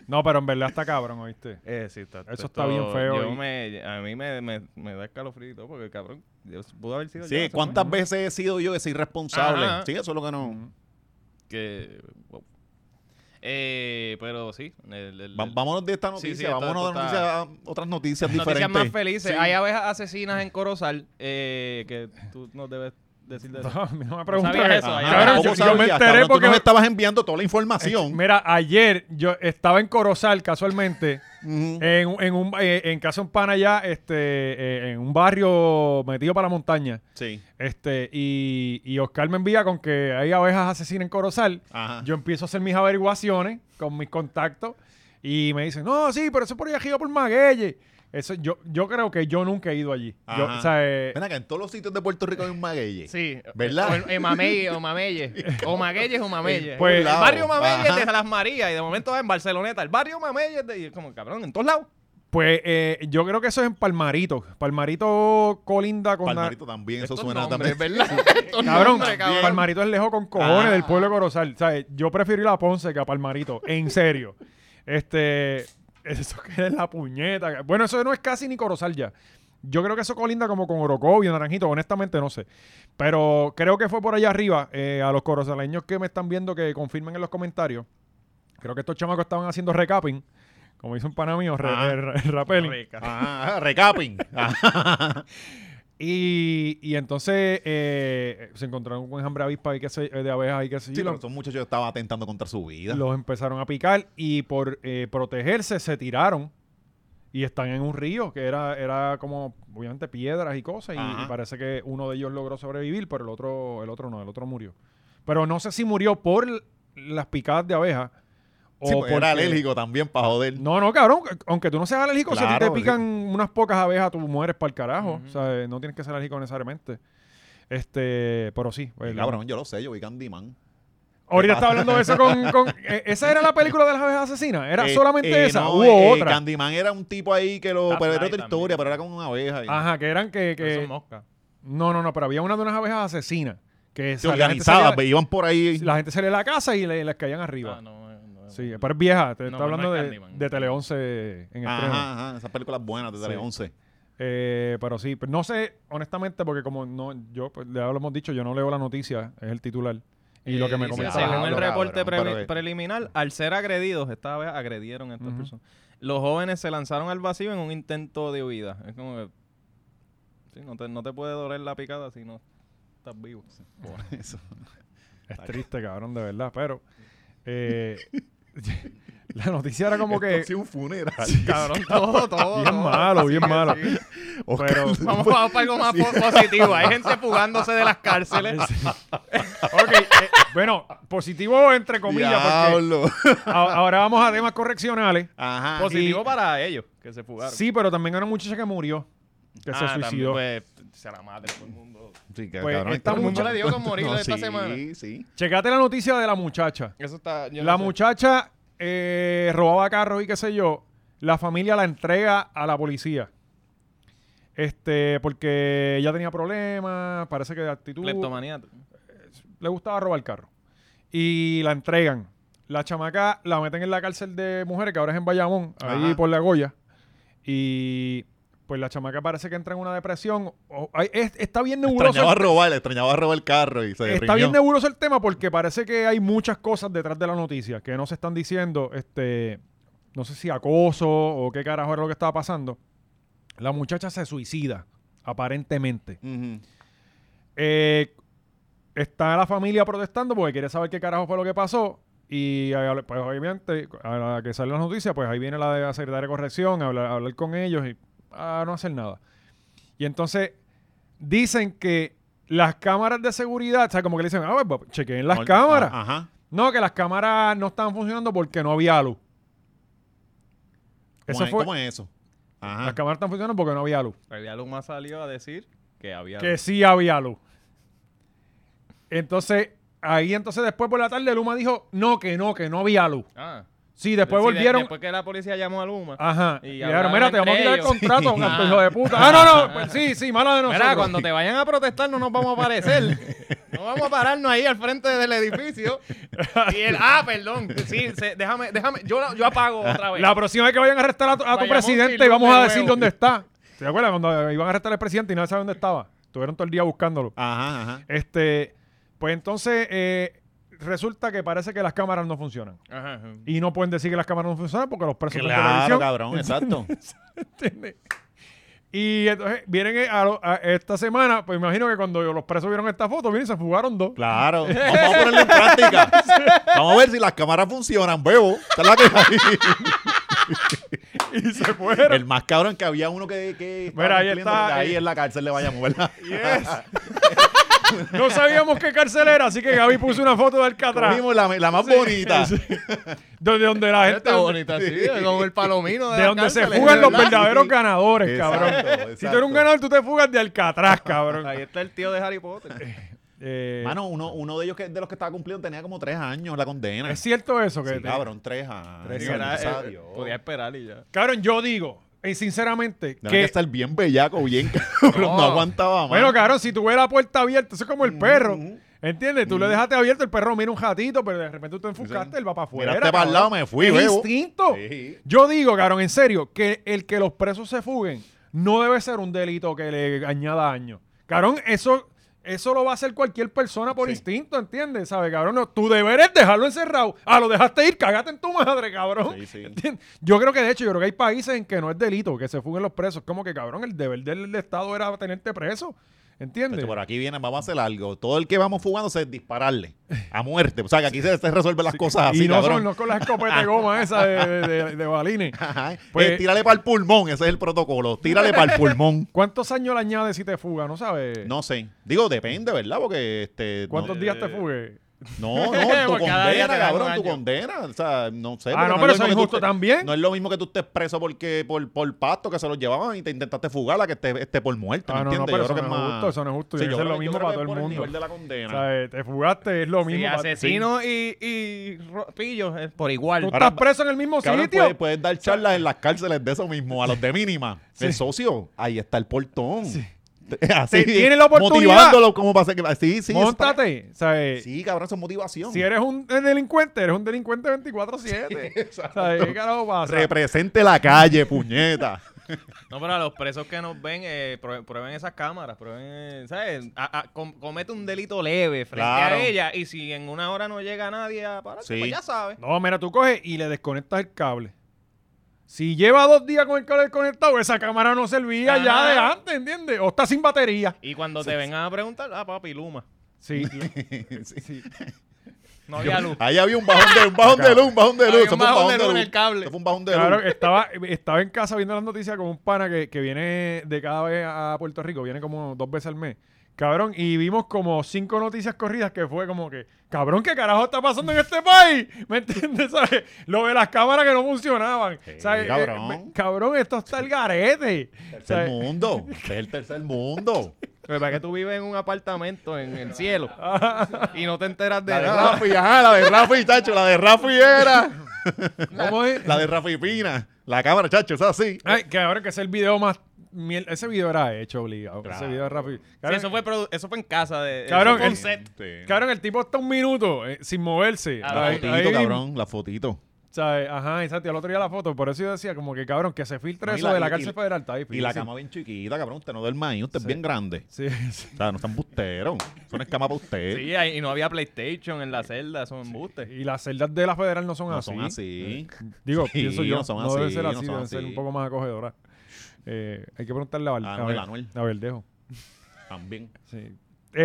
A: No, pero en verdad está cabrón, ¿oíste?
B: Eh, sí, está,
A: Eso está bien feo
B: Yo
A: y-
B: me, a mí me, me, me da escalofrío y todo, porque cabrón, yo- pudo haber sido yo
C: Sí,
B: hace
C: ¿cuántas
B: un mes,
C: veces he sido yo ese irresponsable?
B: Ajá.
C: Sí, eso es lo que no.
B: ¿no? Que. wow. Eh, pero sí. el- el-
C: Va-
B: el-
C: vámonos de esta
B: Sí, sí,
C: noticia,
B: está-
C: vámonos de
B: está-
C: noticias a otras noticias diferentes.
B: Noticias más felices.
C: Sí.
B: Hay abejas asesinas en Corozal eh, que tú nos debes decir de eso.
A: No, a mí no me preguntes
B: sabías
A: eso.
B: eso, ahí.
A: Cabrón,
C: ¿Cómo
A: yo, yo
C: sabías,
A: me enteré
C: cabrón? Tú
A: porque...
C: nos estabas enviando toda la información.
A: Mira, ayer yo estaba en Corozal casualmente...
C: Ujú.
A: En, en, un, eh, en casa de un pana allá, este, eh, en un barrio metido para la montaña.
C: Sí.
A: Este, y, y Oscar me envía con que hay abejas asesinas en Corozal.
C: Ajá.
A: Yo empiezo a hacer mis averiguaciones con mis contactos. Y me dicen, no, sí, pero eso es por ahí arriba por Maguelle. Eso, yo, yo creo que yo nunca he ido allí. Yo,
G: Ajá.
A: o sea, eh,
C: Ven acá, en todos los sitios de Puerto Rico hay un maguey.
B: Sí.
C: ¿Verdad?
B: O, en Mameyes, o Mameyes. O Magueyes, o Mameyes.
A: Pues-
B: el barrio
C: Ajá.
B: Mameyes de Las Marías y de momento en Barceloneta. El barrio Mameyes de... y es como, cabrón, en todos lados.
A: pues eh, yo creo que eso es en Palmarito. Palmarito colinda con... la-
C: Palmarito también, eso
B: Estos
C: suena
B: nombres,
C: también.
B: ¿verdad? Estos
A: Cabrón,
B: nombres, cabrón.
A: Palmarito es lejos con cojones
C: Ah.
A: del pueblo de Corozal. ¿Sabes? Yo prefiero ir a Ponce que a Palmarito, en serio. Este, eso que es la puñeta. Bueno, eso no es casi ni Corozal ya. Yo creo que eso colinda como con Orocovio, Naranjito, honestamente no sé. Pero creo que fue por allá arriba, eh, a los corozaleños que me están viendo que confirmen en los comentarios. Creo que estos chamacos estaban haciendo recapping, como hizo un pana mío, re-
G: Ah.
A: re- re- rappelling.
G: Ajá, recapping. Ajá.
A: Y, y entonces eh, se encontraron con enjambre de avispa y que se, de abejas y que se
C: Sí, pero esos muchachos estaban atentando contra su vida.
A: los empezaron a picar y por eh, protegerse se tiraron y están en un río que era, era como obviamente piedras y cosas y,
G: Ajá.
A: y parece que uno de ellos logró sobrevivir pero el otro el otro no el otro murió pero no sé si murió por l- las picadas de abeja o
C: Sí, porque era
A: porque-
C: alérgico también, para joder.
A: no no cabrón aunque tú no seas alérgico si a ti te
C: Claro,
A: pican unas pocas abejas tú mueres para el carajo o sea no tienes que ser alérgico necesariamente este pero sí el-
C: Cabrón, yo lo sé, yo vi Candyman.
A: Ahorita estaba hablando de eso con. con- eh, ¿Esa era la película de las abejas asesinas? ¿Era
C: Eh,
A: solamente
C: eh,
A: esa?
C: no,
A: ¿Hubo
C: eh,
A: otra?
C: Candyman era un tipo ahí que lo.
B: Dark
C: Pero era
B: Knight
C: otra historia,
B: también.
C: pero era con una abeja. y-
A: Ajá, que eran que.
B: Pero son
A: que
B: moscas.
A: no, no, no, pero había una de unas abejas asesinas. Que
C: Sí,
A: sal- la gente salía-
C: organizadas, pero iban por ahí.
A: la gente salía de la casa y le, les caían arriba.
B: Ah, no, eh, no,
A: Sí,
B: no.
A: pero es vieja. Te está
B: No, pero no
A: hablando
B: es
A: de,
B: Candyman.
A: de Tele 11 en estreno.
C: Ajá, ajá, esas películas buenas de Tele
A: Sí.
C: 11.
A: Eh, pero sí, pero no sé, honestamente, porque como no, yo, pues, ya lo hemos dicho, yo no leo la noticia, es el titular. Y lo que me
B: Eh, dice,
C: comenta
A: comentaba.
C: sí,
B: Según
C: Pablo,
B: el reporte
C: cabrón,
B: pre-
C: pero-
B: preliminar, al ser agredidos, esta vez agredieron a estas
A: Ujú.
B: personas. Los jóvenes se lanzaron al vacío en un intento de huida. Es como que. sí, no, te, no te puede doler la picada si no estás vivo.
C: Eso.
A: Es triste, cabrón, de verdad, pero. eh, la noticia era como que.
C: Esto ha sido un funeral.
B: Cabrón, todo, todo.
A: Bien malo, bien malo.
C: Oscar,
A: Pero-
C: no
B: Vamos,
C: puede-
B: vamos para algo más po- positivo. Hay gente fugándose de las cárceles.
A: Ok, eh, bueno, positivo entre comillas, porque
C: Diablo. Pues,
A: a- ahora vamos a temas correccionales.
C: Ajá.
B: Ah, Positivo
A: y-
B: para ellos que se fugaron.
A: Sí, pero también era una muchacha que murió, que se
B: Ah, también,
A: suicidó.
B: pues, se la madre todo el mundo.
C: Sí, que,
A: Pues,
C: cabrón,
A: esta
C: todo el
A: muchacha-
C: mundo-
B: le dio con morir esta
C: sí,
B: semana.
C: Sí, sí.
A: Checate la noticia de la muchacha.
B: Eso está. yo no
A: La
B: sé.
A: muchacha eh, robaba carros y qué sé yo. La familia la entrega a la policía. Este, porque ella tenía problemas, parece que de actitud.
B: Cleptomaniato.
A: le gustaba robar carro. Y la entregan. La chamaca la meten en la cárcel de mujeres, que ahora es en Bayamón, ahí
C: Ajá.
A: por la Goya. Y pues la chamaca parece que entra en una depresión. O- ay, es- está bien nebuloso.
C: Extrañaba
A: el-
C: robar, le extrañaba robar el carro y
A: Está
C: se
A: bien
C: deprimió.
A: nebuloso el tema porque parece que hay muchas cosas detrás de la noticia que no se están diciendo. Este, no sé si acoso o qué carajo era lo que estaba pasando. La muchacha se suicida, aparentemente.
C: Ujú.
A: Eh, está la familia protestando porque quiere saber qué carajo fue lo que pasó. Y eh, pues, obviamente, a la que sale la noticia, pues ahí viene la de la secretaria de corrección, a hablar, a hablar con ellos y a no hacer nada. Y entonces dicen que las cámaras de seguridad, o sea, como que le dicen, ah, pues, pues, chequeen las
C: Ol-
A: cámaras.
C: ah, Ajá.
A: No, que las cámaras no estaban funcionando porque no había luz.
C: ¿Cómo,
A: Eso
C: es, Ah.
A: fue,
C: ¿Cómo es eso? Ajá.
A: las cámaras están funcionando porque no había luz.
B: Había Luma salió a decir que había.
A: que sí había luz. Entonces, ahí entonces después por la tarde Luma dijo, no, que no, que no había luz.
B: Ah.
A: Sí, después
B: Sí, de-
A: volvieron. Ah,
B: después que la policía llamó a Luma.
A: Ajá.
B: Y
A: Y
B: hablaron
A: dijeron, mira, te vamos a
B: entre
A: quitar el
B: ellos".
A: contrato,
B: Sí.
A: canto hijo de puta. Ah, no, no, pues sí, sí, mala de
B: Mira,
A: nosotros.
B: cuando te vayan a protestar no nos vamos a aparecer. No vamos a pararnos ahí al frente del edificio. Y el, ah, perdón. Sí, se- déjame, déjame. Yo, la- yo apago otra vez.
A: La próxima vez que vayan a arrestar a tu, a tu
B: Vayamón
A: presidente
B: sin
A: y vamos
B: luz
A: a
B: de
A: decir
B: nuevo.
A: dónde está. ¿Te acuerdas cuando iban a arrestar al presidente y nadie sabe dónde estaba? Estuvieron todo el día buscándolo.
C: Ajá, ajá.
A: Este, pues entonces eh, resulta que parece que las cámaras no funcionan.
B: Ajá, ajá.
A: Y no pueden decir que las cámaras no funcionan porque los presos ven
C: Claro,
A: televisión.
C: cabrón, exacto.
A: ¿Entiendes? Y entonces vienen eh, a, lo- a esta semana, pues imagino que cuando los presos vieron esta foto, vienen y se fugaron dos.
C: Claro. Vamos a ponerlo en práctica. Vamos a ver si las cámaras funcionan, bebo. Esta es la que hay.
A: Y se fueron.
C: El más cabrón que había uno que, que estaba
A: Mira, ahí
C: cumpliendo,
A: está, eh,
C: porque Ahí
A: ahí-
C: en la cárcel le vayamos, ¿verdad?
A: No sabíamos qué cárcel era, así que Gaby puso una foto de Alcatraz.
C: Cogimos la, la más bonita.
A: Donde, donde la gente.
B: Está bonita, sí, como el palomino de,
A: De
B: las
A: donde se
B: cárceles,
A: fugan los
B: ¿verdad?
A: verdaderos ganadores, cabrón.
C: Exacto,
A: Si tú eres un
C: exacto.
A: ganador, tú te fugas de Alcatraz, cabrón.
B: Ahí está el tío de Harry Potter.
A: Eh,
C: Mano, uno, uno de ellos que, de los que estaba cumpliendo tenía como tres años la condena.
A: es cierto eso que.
C: Sí, cabrón, tres años.
B: Era, eh,
C: Gracias a Dios.
B: podía esperar y ya.
A: Cabrón, yo digo, y sinceramente,
C: Tenía que
A: que.
C: estar bien bellaco, bien cabrón. No,
B: No.
C: aguantaba más.
A: Bueno, cabrón, si tú ves la puerta abierta, eso es como el perro. ¿Entiendes? Tú le dejaste abierto, el perro mira un ratito, pero de repente tú te enfocaste, él va para afuera.
C: Miraste pa'l lado,
A: cabrón.
C: me fui,
A: Es
C: bebo.
A: instinto.
C: Sí.
A: Yo digo, cabrón, en serio, que el que los presos se fuguen no debe ser un delito que le añada años. Cabrón, eso, eso lo va a hacer cualquier persona por instinto, ¿entiendes? ¿Sabes, cabrón? No, tu deber es dejarlo encerrado. Ah, lo dejaste ir, cagate en tu madre, cabrón.
C: Sí, sí.
A: ¿Entiendes? Yo creo que, de hecho, yo creo que hay países en que no es delito que se fuguen los presos. Como que, cabrón, el deber del Estado era tenerte preso. ¿Entiendes?
C: Chacho, por aquí viene, vamos a hacer algo. Todo el que vamos fugándose es dispararle a muerte. O sea, que aquí se, se resuelven las cosas así,
A: y no,
C: Ah, cabrón.
A: son, no con las escopetas de goma esas de, de, de- de balines.
C: Ajá.
A: Pues-
C: Eh, tírale para el pulmón, ese es el protocolo. Tírale para el pulmón.
A: ¿Cuántos años le añades si te fuga? No sabes.
C: No sé. Digo, depende, ¿verdad? Porque este.
A: ¿Cuántos
C: no,
A: días te fugue?
C: No, no, tu
B: Porque cada
C: condena,
B: día te dan un
C: cabrón, tu
B: año.
C: condena. O sea, no
A: Ah, no,
C: sé. porque es
A: pero
C: lo
A: eso es
C: mismo que tú
A: injusto
C: estés-
A: también.
C: No es lo mismo que tú estés preso porque por, por pacto que se los llevaban y te intentaste fugar a que esté, esté por muerta.
A: Ah,
C: ¿me
A: no, no,
C: entiendes?
A: pero
C: Yo creo
A: eso
C: que
A: no es
C: más-
A: justo, eso no es justo.
C: Sí,
A: Tiene
C: yo
A: que ser
C: creo-
A: lo
C: yo
A: mismo
C: creo
A: para
C: que
A: todo el
C: por
A: mundo.
C: nivel de la condena.
A: O sea, eh, te fugaste, es lo mismo.
B: Sí,
A: para ti.
B: asesino y, y ro- pillos eh, por igual.
A: Tú
C: Ahora,
A: estás preso en el mismo
C: Cabrón,
A: sitio.
C: puedes, puedes dar charlas en las cárceles de eso mismo, a los de mínima. El socio, ahí está el portón. Así,
A: Te- tiene la oportunidad.
C: Motivándolo como para que... Sí, sí. eso está-
A: Móntate. O sea, eh,
C: Sí, cabrón, eso es motivación.
A: Si eres un eh, delincuente, eres un delincuente 24-7. o sea, ¿qué carajo pasa?
C: Represente la calle, puñeta.
B: No, pero a los presos que nos ven, eh, prue- prueben esas cámaras, prueben, eh, ¿sabes? A- a- com- comete un delito leve frente
C: Claro.
B: a ella y si en una hora no llega nadie a parar,
C: Sí.
B: pues ya sabes.
A: No, mira, tú coges y le desconectas el cable. Si lleva dos días con el cable desconectado, esa cámara no
C: Ah,
A: servía ya
B: Ajá.
A: de antes, ¿entiendes? O está sin batería.
B: Y cuando te vengan a preguntar, ah, papi, Luma.
A: Sí.
C: Sí.
B: No había luz.
C: Ahí había un bajón de, un bajón de luz, un bajón de luz.
B: Había un
C: Eso fue
B: bajón de luz en el cable.
C: Eso fue un bajón de
A: Claro,
C: luz.
A: estaba, estaba en casa viendo las noticias con un pana que, que viene de cada vez a Puerto Rico, viene como dos veces al mes. Cabrón, y vimos como cinco noticias corridas que fue como que, cabrón, ¿qué carajo está pasando en este país? ¿Me entiendes? ¿Sabes? Lo de las cámaras que no funcionaban. ¿Sabes? Eh,
C: cabrón.
A: me- cabrón, esto está el garete.
C: Tercer
A: ¿Sabes?
C: mundo. Este es el tercer mundo.
B: Pero para que tú vives en un apartamento en el cielo y no te enteras de
C: La de
B: nada.
C: Rafi, ajá, la de Rafi, chacho, la de Rafi era.
A: ¿Cómo es?
C: La de Rafi Pina. La cámara, chacho, es así.
A: Ay, que ahora que es el video más... miel- Ese video era hecho obligado. Ese
C: Claro.
A: video es rápido.
B: Sí,
A: Cabrón,
B: eso, fue produ- eso fue en casa de...
A: Cabrón,
B: eso fue un
A: el-
B: set.
C: Sí.
A: cabrón, el tipo está un minuto eh, sin moverse.
B: A
C: Este, La
A: Ahí- ahí
C: fotito,
A: mismo.
C: Ah, cabrón, la fotito.
A: ¿Sabes? Ajá, exacto. Y al otro día la foto. Por eso yo decía, como que cabrón, que se filtre
C: No, y
A: eso
C: la-
A: de la
C: y-
A: cárcel
C: y-
A: federal. Está
C: Y
A: difícil.
C: la cama bien chiquita, cabrón. Usted no duerme ahí, usted es bien grande.
A: Sí, sí.
C: O sea, no están busteros. Eso no es cama para usted.
B: Sí, ahí- y no había PlayStation en la celda, son embustes.
A: Y las celdas de la federal no son
C: no
A: así.
C: son así.
A: Digo,
C: Sí,
A: pienso yo. No,
C: no son
A: deben
C: así,
A: ser
C: no
A: así,
C: son
A: deben
C: así.
A: ser un poco más acogedoras. Eh, hay que preguntarle a Val-
C: A
A: a
C: Anuel,
A: Val-
C: a Anuel.
A: A Verdejo.
C: También.
A: Sí.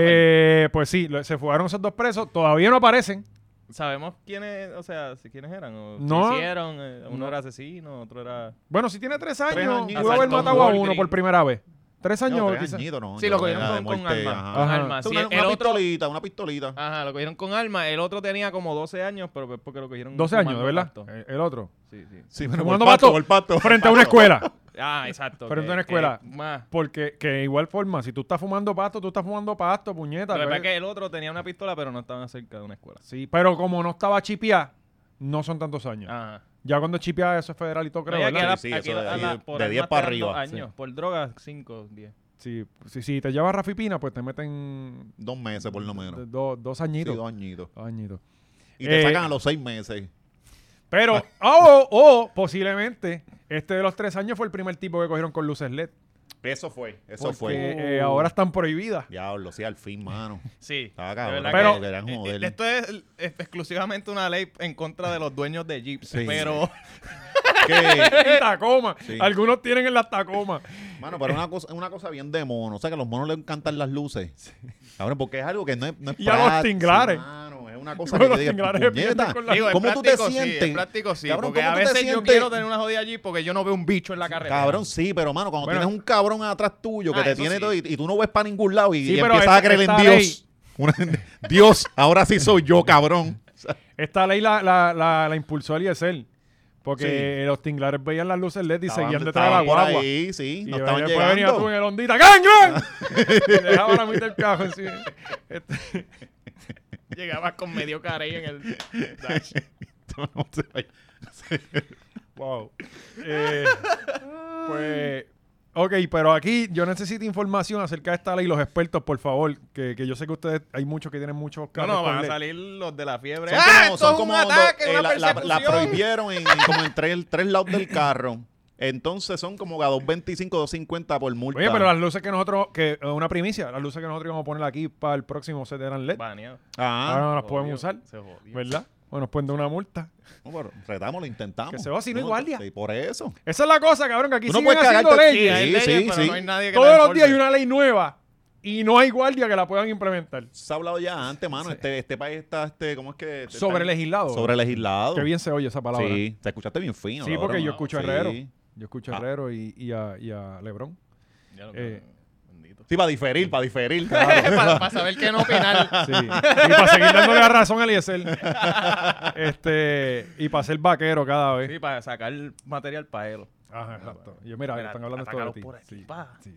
A: Eh, pues sí, lo- se fugaron esos dos presos. Todavía no aparecen.
B: ¿Sabemos quiénes, o sea, si quiénes eran? ¿O qué
A: No.
B: hicieron? Eh, Uno
A: No.
B: era asesino, otro era...
A: Bueno, si tiene tres años,
C: añitos.
A: pudo haber
B: Exacto,
A: matado a uno
B: Walgreen.
A: por primera vez. Tres años,
C: No, tres
A: quizás.
C: añitos, no.
B: Sí,
C: yo
B: lo
C: creo que
B: cogieron
C: era de
B: con, con
C: muerte,
B: arma.
A: ajá.
B: Con arma. Sí,
C: Una,
B: el
C: una
B: otro,
C: pistolita, una pistolita.
B: ajá, lo cogieron con arma. El otro tenía como 12 años, pero es porque lo cogieron
A: 12
B: fumando
A: años, de ¿verdad? Eh,
B: pasto.
A: El- El otro.
B: Sí, sí.
C: Sí,
A: Fumando pasto frente a una escuela.
B: Ah, exacto.
A: Pero
B: que-
A: en una
B: que
A: escuela.
B: Más.
A: Porque que de igual forma, si tú estás fumando pasto, tú estás fumando pasto, puñeta.
B: Lo que
A: pero-
B: pasa es que el otro tenía una pistola, pero no estaban cerca de una escuela.
A: Sí, pero como no estaba chipiá, no son tantos años.
B: Ajá.
A: Ya cuando chipiá eso es federal y todo, creo,
B: Ah. No, y aquí
A: ¿verdad?
B: a la-
C: Sí, sí,
B: aquí
C: eso de
B: a la-
C: ahí,
B: por
C: de
B: armas
C: 10
B: te
C: para
B: dan dos
C: arriba,
B: Años. Por drogas, 5, 10.
A: Sí, si, si te llevas Rafipina, pues te meten
C: Dos meses, por lo menos.
A: do- dos,
C: Sí,
A: añitos.
C: dos añitos.
A: Dos añitos.
C: Y te
A: Eh,
C: sacan a los seis meses.
A: Pero, ah, o, o posiblemente, este de los tres años fue el primer tipo que cogieron con luces LED.
C: Eso fue. Eso
A: porque,
C: fue.
A: eh, ahora están prohibidas.
C: Uh, Diablo, sí, al fin, mano.
B: Sí.
C: Estaba cabrón.
B: De verdad
A: Pero-
C: que querían
B: que-
C: joder.
B: Ah, eh, esto es eh, es exclusivamente una ley en contra de los dueños de Jeeps.
C: Sí.
B: Pero
C: Que-
A: Tacoma.
C: Sí.
A: Algunos tienen en las Tacoma.
C: mano, pero una cosa, una cosa bien de mono. O sea, que a los monos les encantan las luces. Cabrón, porque es algo que no es, no es
A: Y a los
C: práctico,
A: tinglares.
C: mano, es una cosa
A: Bueno,
C: que te diga,
A: tinglares de piernas
C: puñeta,
A: con la-
B: Digo, en
C: ¿cómo tú te
B: práctico Sí,
C: sientes?
B: en práctico sí,
C: Cabrón,
B: porque
C: ¿cómo
B: a
C: tú te
B: veces yo
C: sientes?
B: quiero tener una jodida allí porque yo no veo un bicho en la carrera.
C: Cabrón, sí, pero mano, cuando
A: Bueno.
C: tienes un cabrón atrás tuyo que
B: Ah,
C: te
B: eso
C: tiene
B: sí.
C: todo y, y tú no ves para ningún lado y,
A: Sí,
C: y
A: pero
C: empiezas
A: esta-
C: a creer en
A: esta
C: Dios. Una- Dios, ahora sí soy yo, cabrón.
A: Esta ley la, la, la, la impulsó el ISL. Porque los tinglares veían las luces LED y seguían detrás de la
C: Estaban por
A: guagua.
C: ahí, sí,
A: Y
C: no
A: después
C: estaban
A: venía tú en
C: llegando. Ah.
A: el ondita. ¡Gangren! Dejaba la mitad del cajo encima. Este-
B: Llegabas con medio carey en el.
A: Wow. Eh, pues, ok, pero aquí yo necesito información acerca de esta ley. Los expertos, por favor, que, que yo sé que ustedes, hay muchos que tienen muchos
B: No,
A: carros.
B: no,
A: con
B: van a
A: LED.
B: salir los de la fiebre.
C: Son
B: ¡Ah,
C: como-
B: esto
C: son
B: es un
C: como do-
B: ataque,
C: eh, la-
B: una
C: la-
B: persecución!
C: La prohibieron en, en como en tres, tres lados del carro. Entonces son como a 2.25, 2.50 por multa.
A: Oye, pero las luces que nosotros, que eh, una primicia, las luces que nosotros íbamos a poner aquí para el próximo set eran LED.
B: Baneado.
A: Ahora
C: Ah,
A: no las podemos
B: Jodió,
A: usar,
B: se jodió.
A: ¿verdad? Bueno, nos pueden dar una multa.
C: no, pero retamos, lo intentamos.
A: Que se va si no hay
C: No,
A: guardia.
C: Y por eso.
A: Esa es la cosa, cabrón, que aquí
C: Tú no
A: siguen
C: puedes
A: haciendo
C: cagarte aquí,
A: leyes.
B: Hay
C: Sí,
B: leyes,
C: sí,
B: pero
C: sí.
B: no hay nadie que
A: Todos
B: la
A: los días hay
B: enforce.
A: una ley nueva y no hay guardia que la puedan implementar.
C: Se ha hablado ya antes, mano. Este, este país está, este, ¿cómo es que? está-
A: Sobrelegislado.
C: Sobrelegislado.
A: Qué bien se oye esa palabra.
C: Sí, te escuchaste bien fino.
A: Sí,
C: cabrón,
A: porque yo
C: ¿no?
A: escucho a
C: Sí.
A: Herrero. Yo escucho a
C: Ah.
A: Herrero y, y a, y a Lebron.
B: Ya lo
A: Eh.
B: Bendito.
C: Sí, para diferir, para diferir. claro.
B: para, para saber qué no opinar.
A: Sí. y para seguir dándole la razón a Eliezer. Este, y para ser vaquero cada vez.
B: Sí, para sacar material para él.
A: Ajá, exacto. Yo, mira,
B: Mira,
A: están hablando esto de
B: atácalo
A: ti.
B: por aquí,
A: Sí,
B: pa.
A: sí.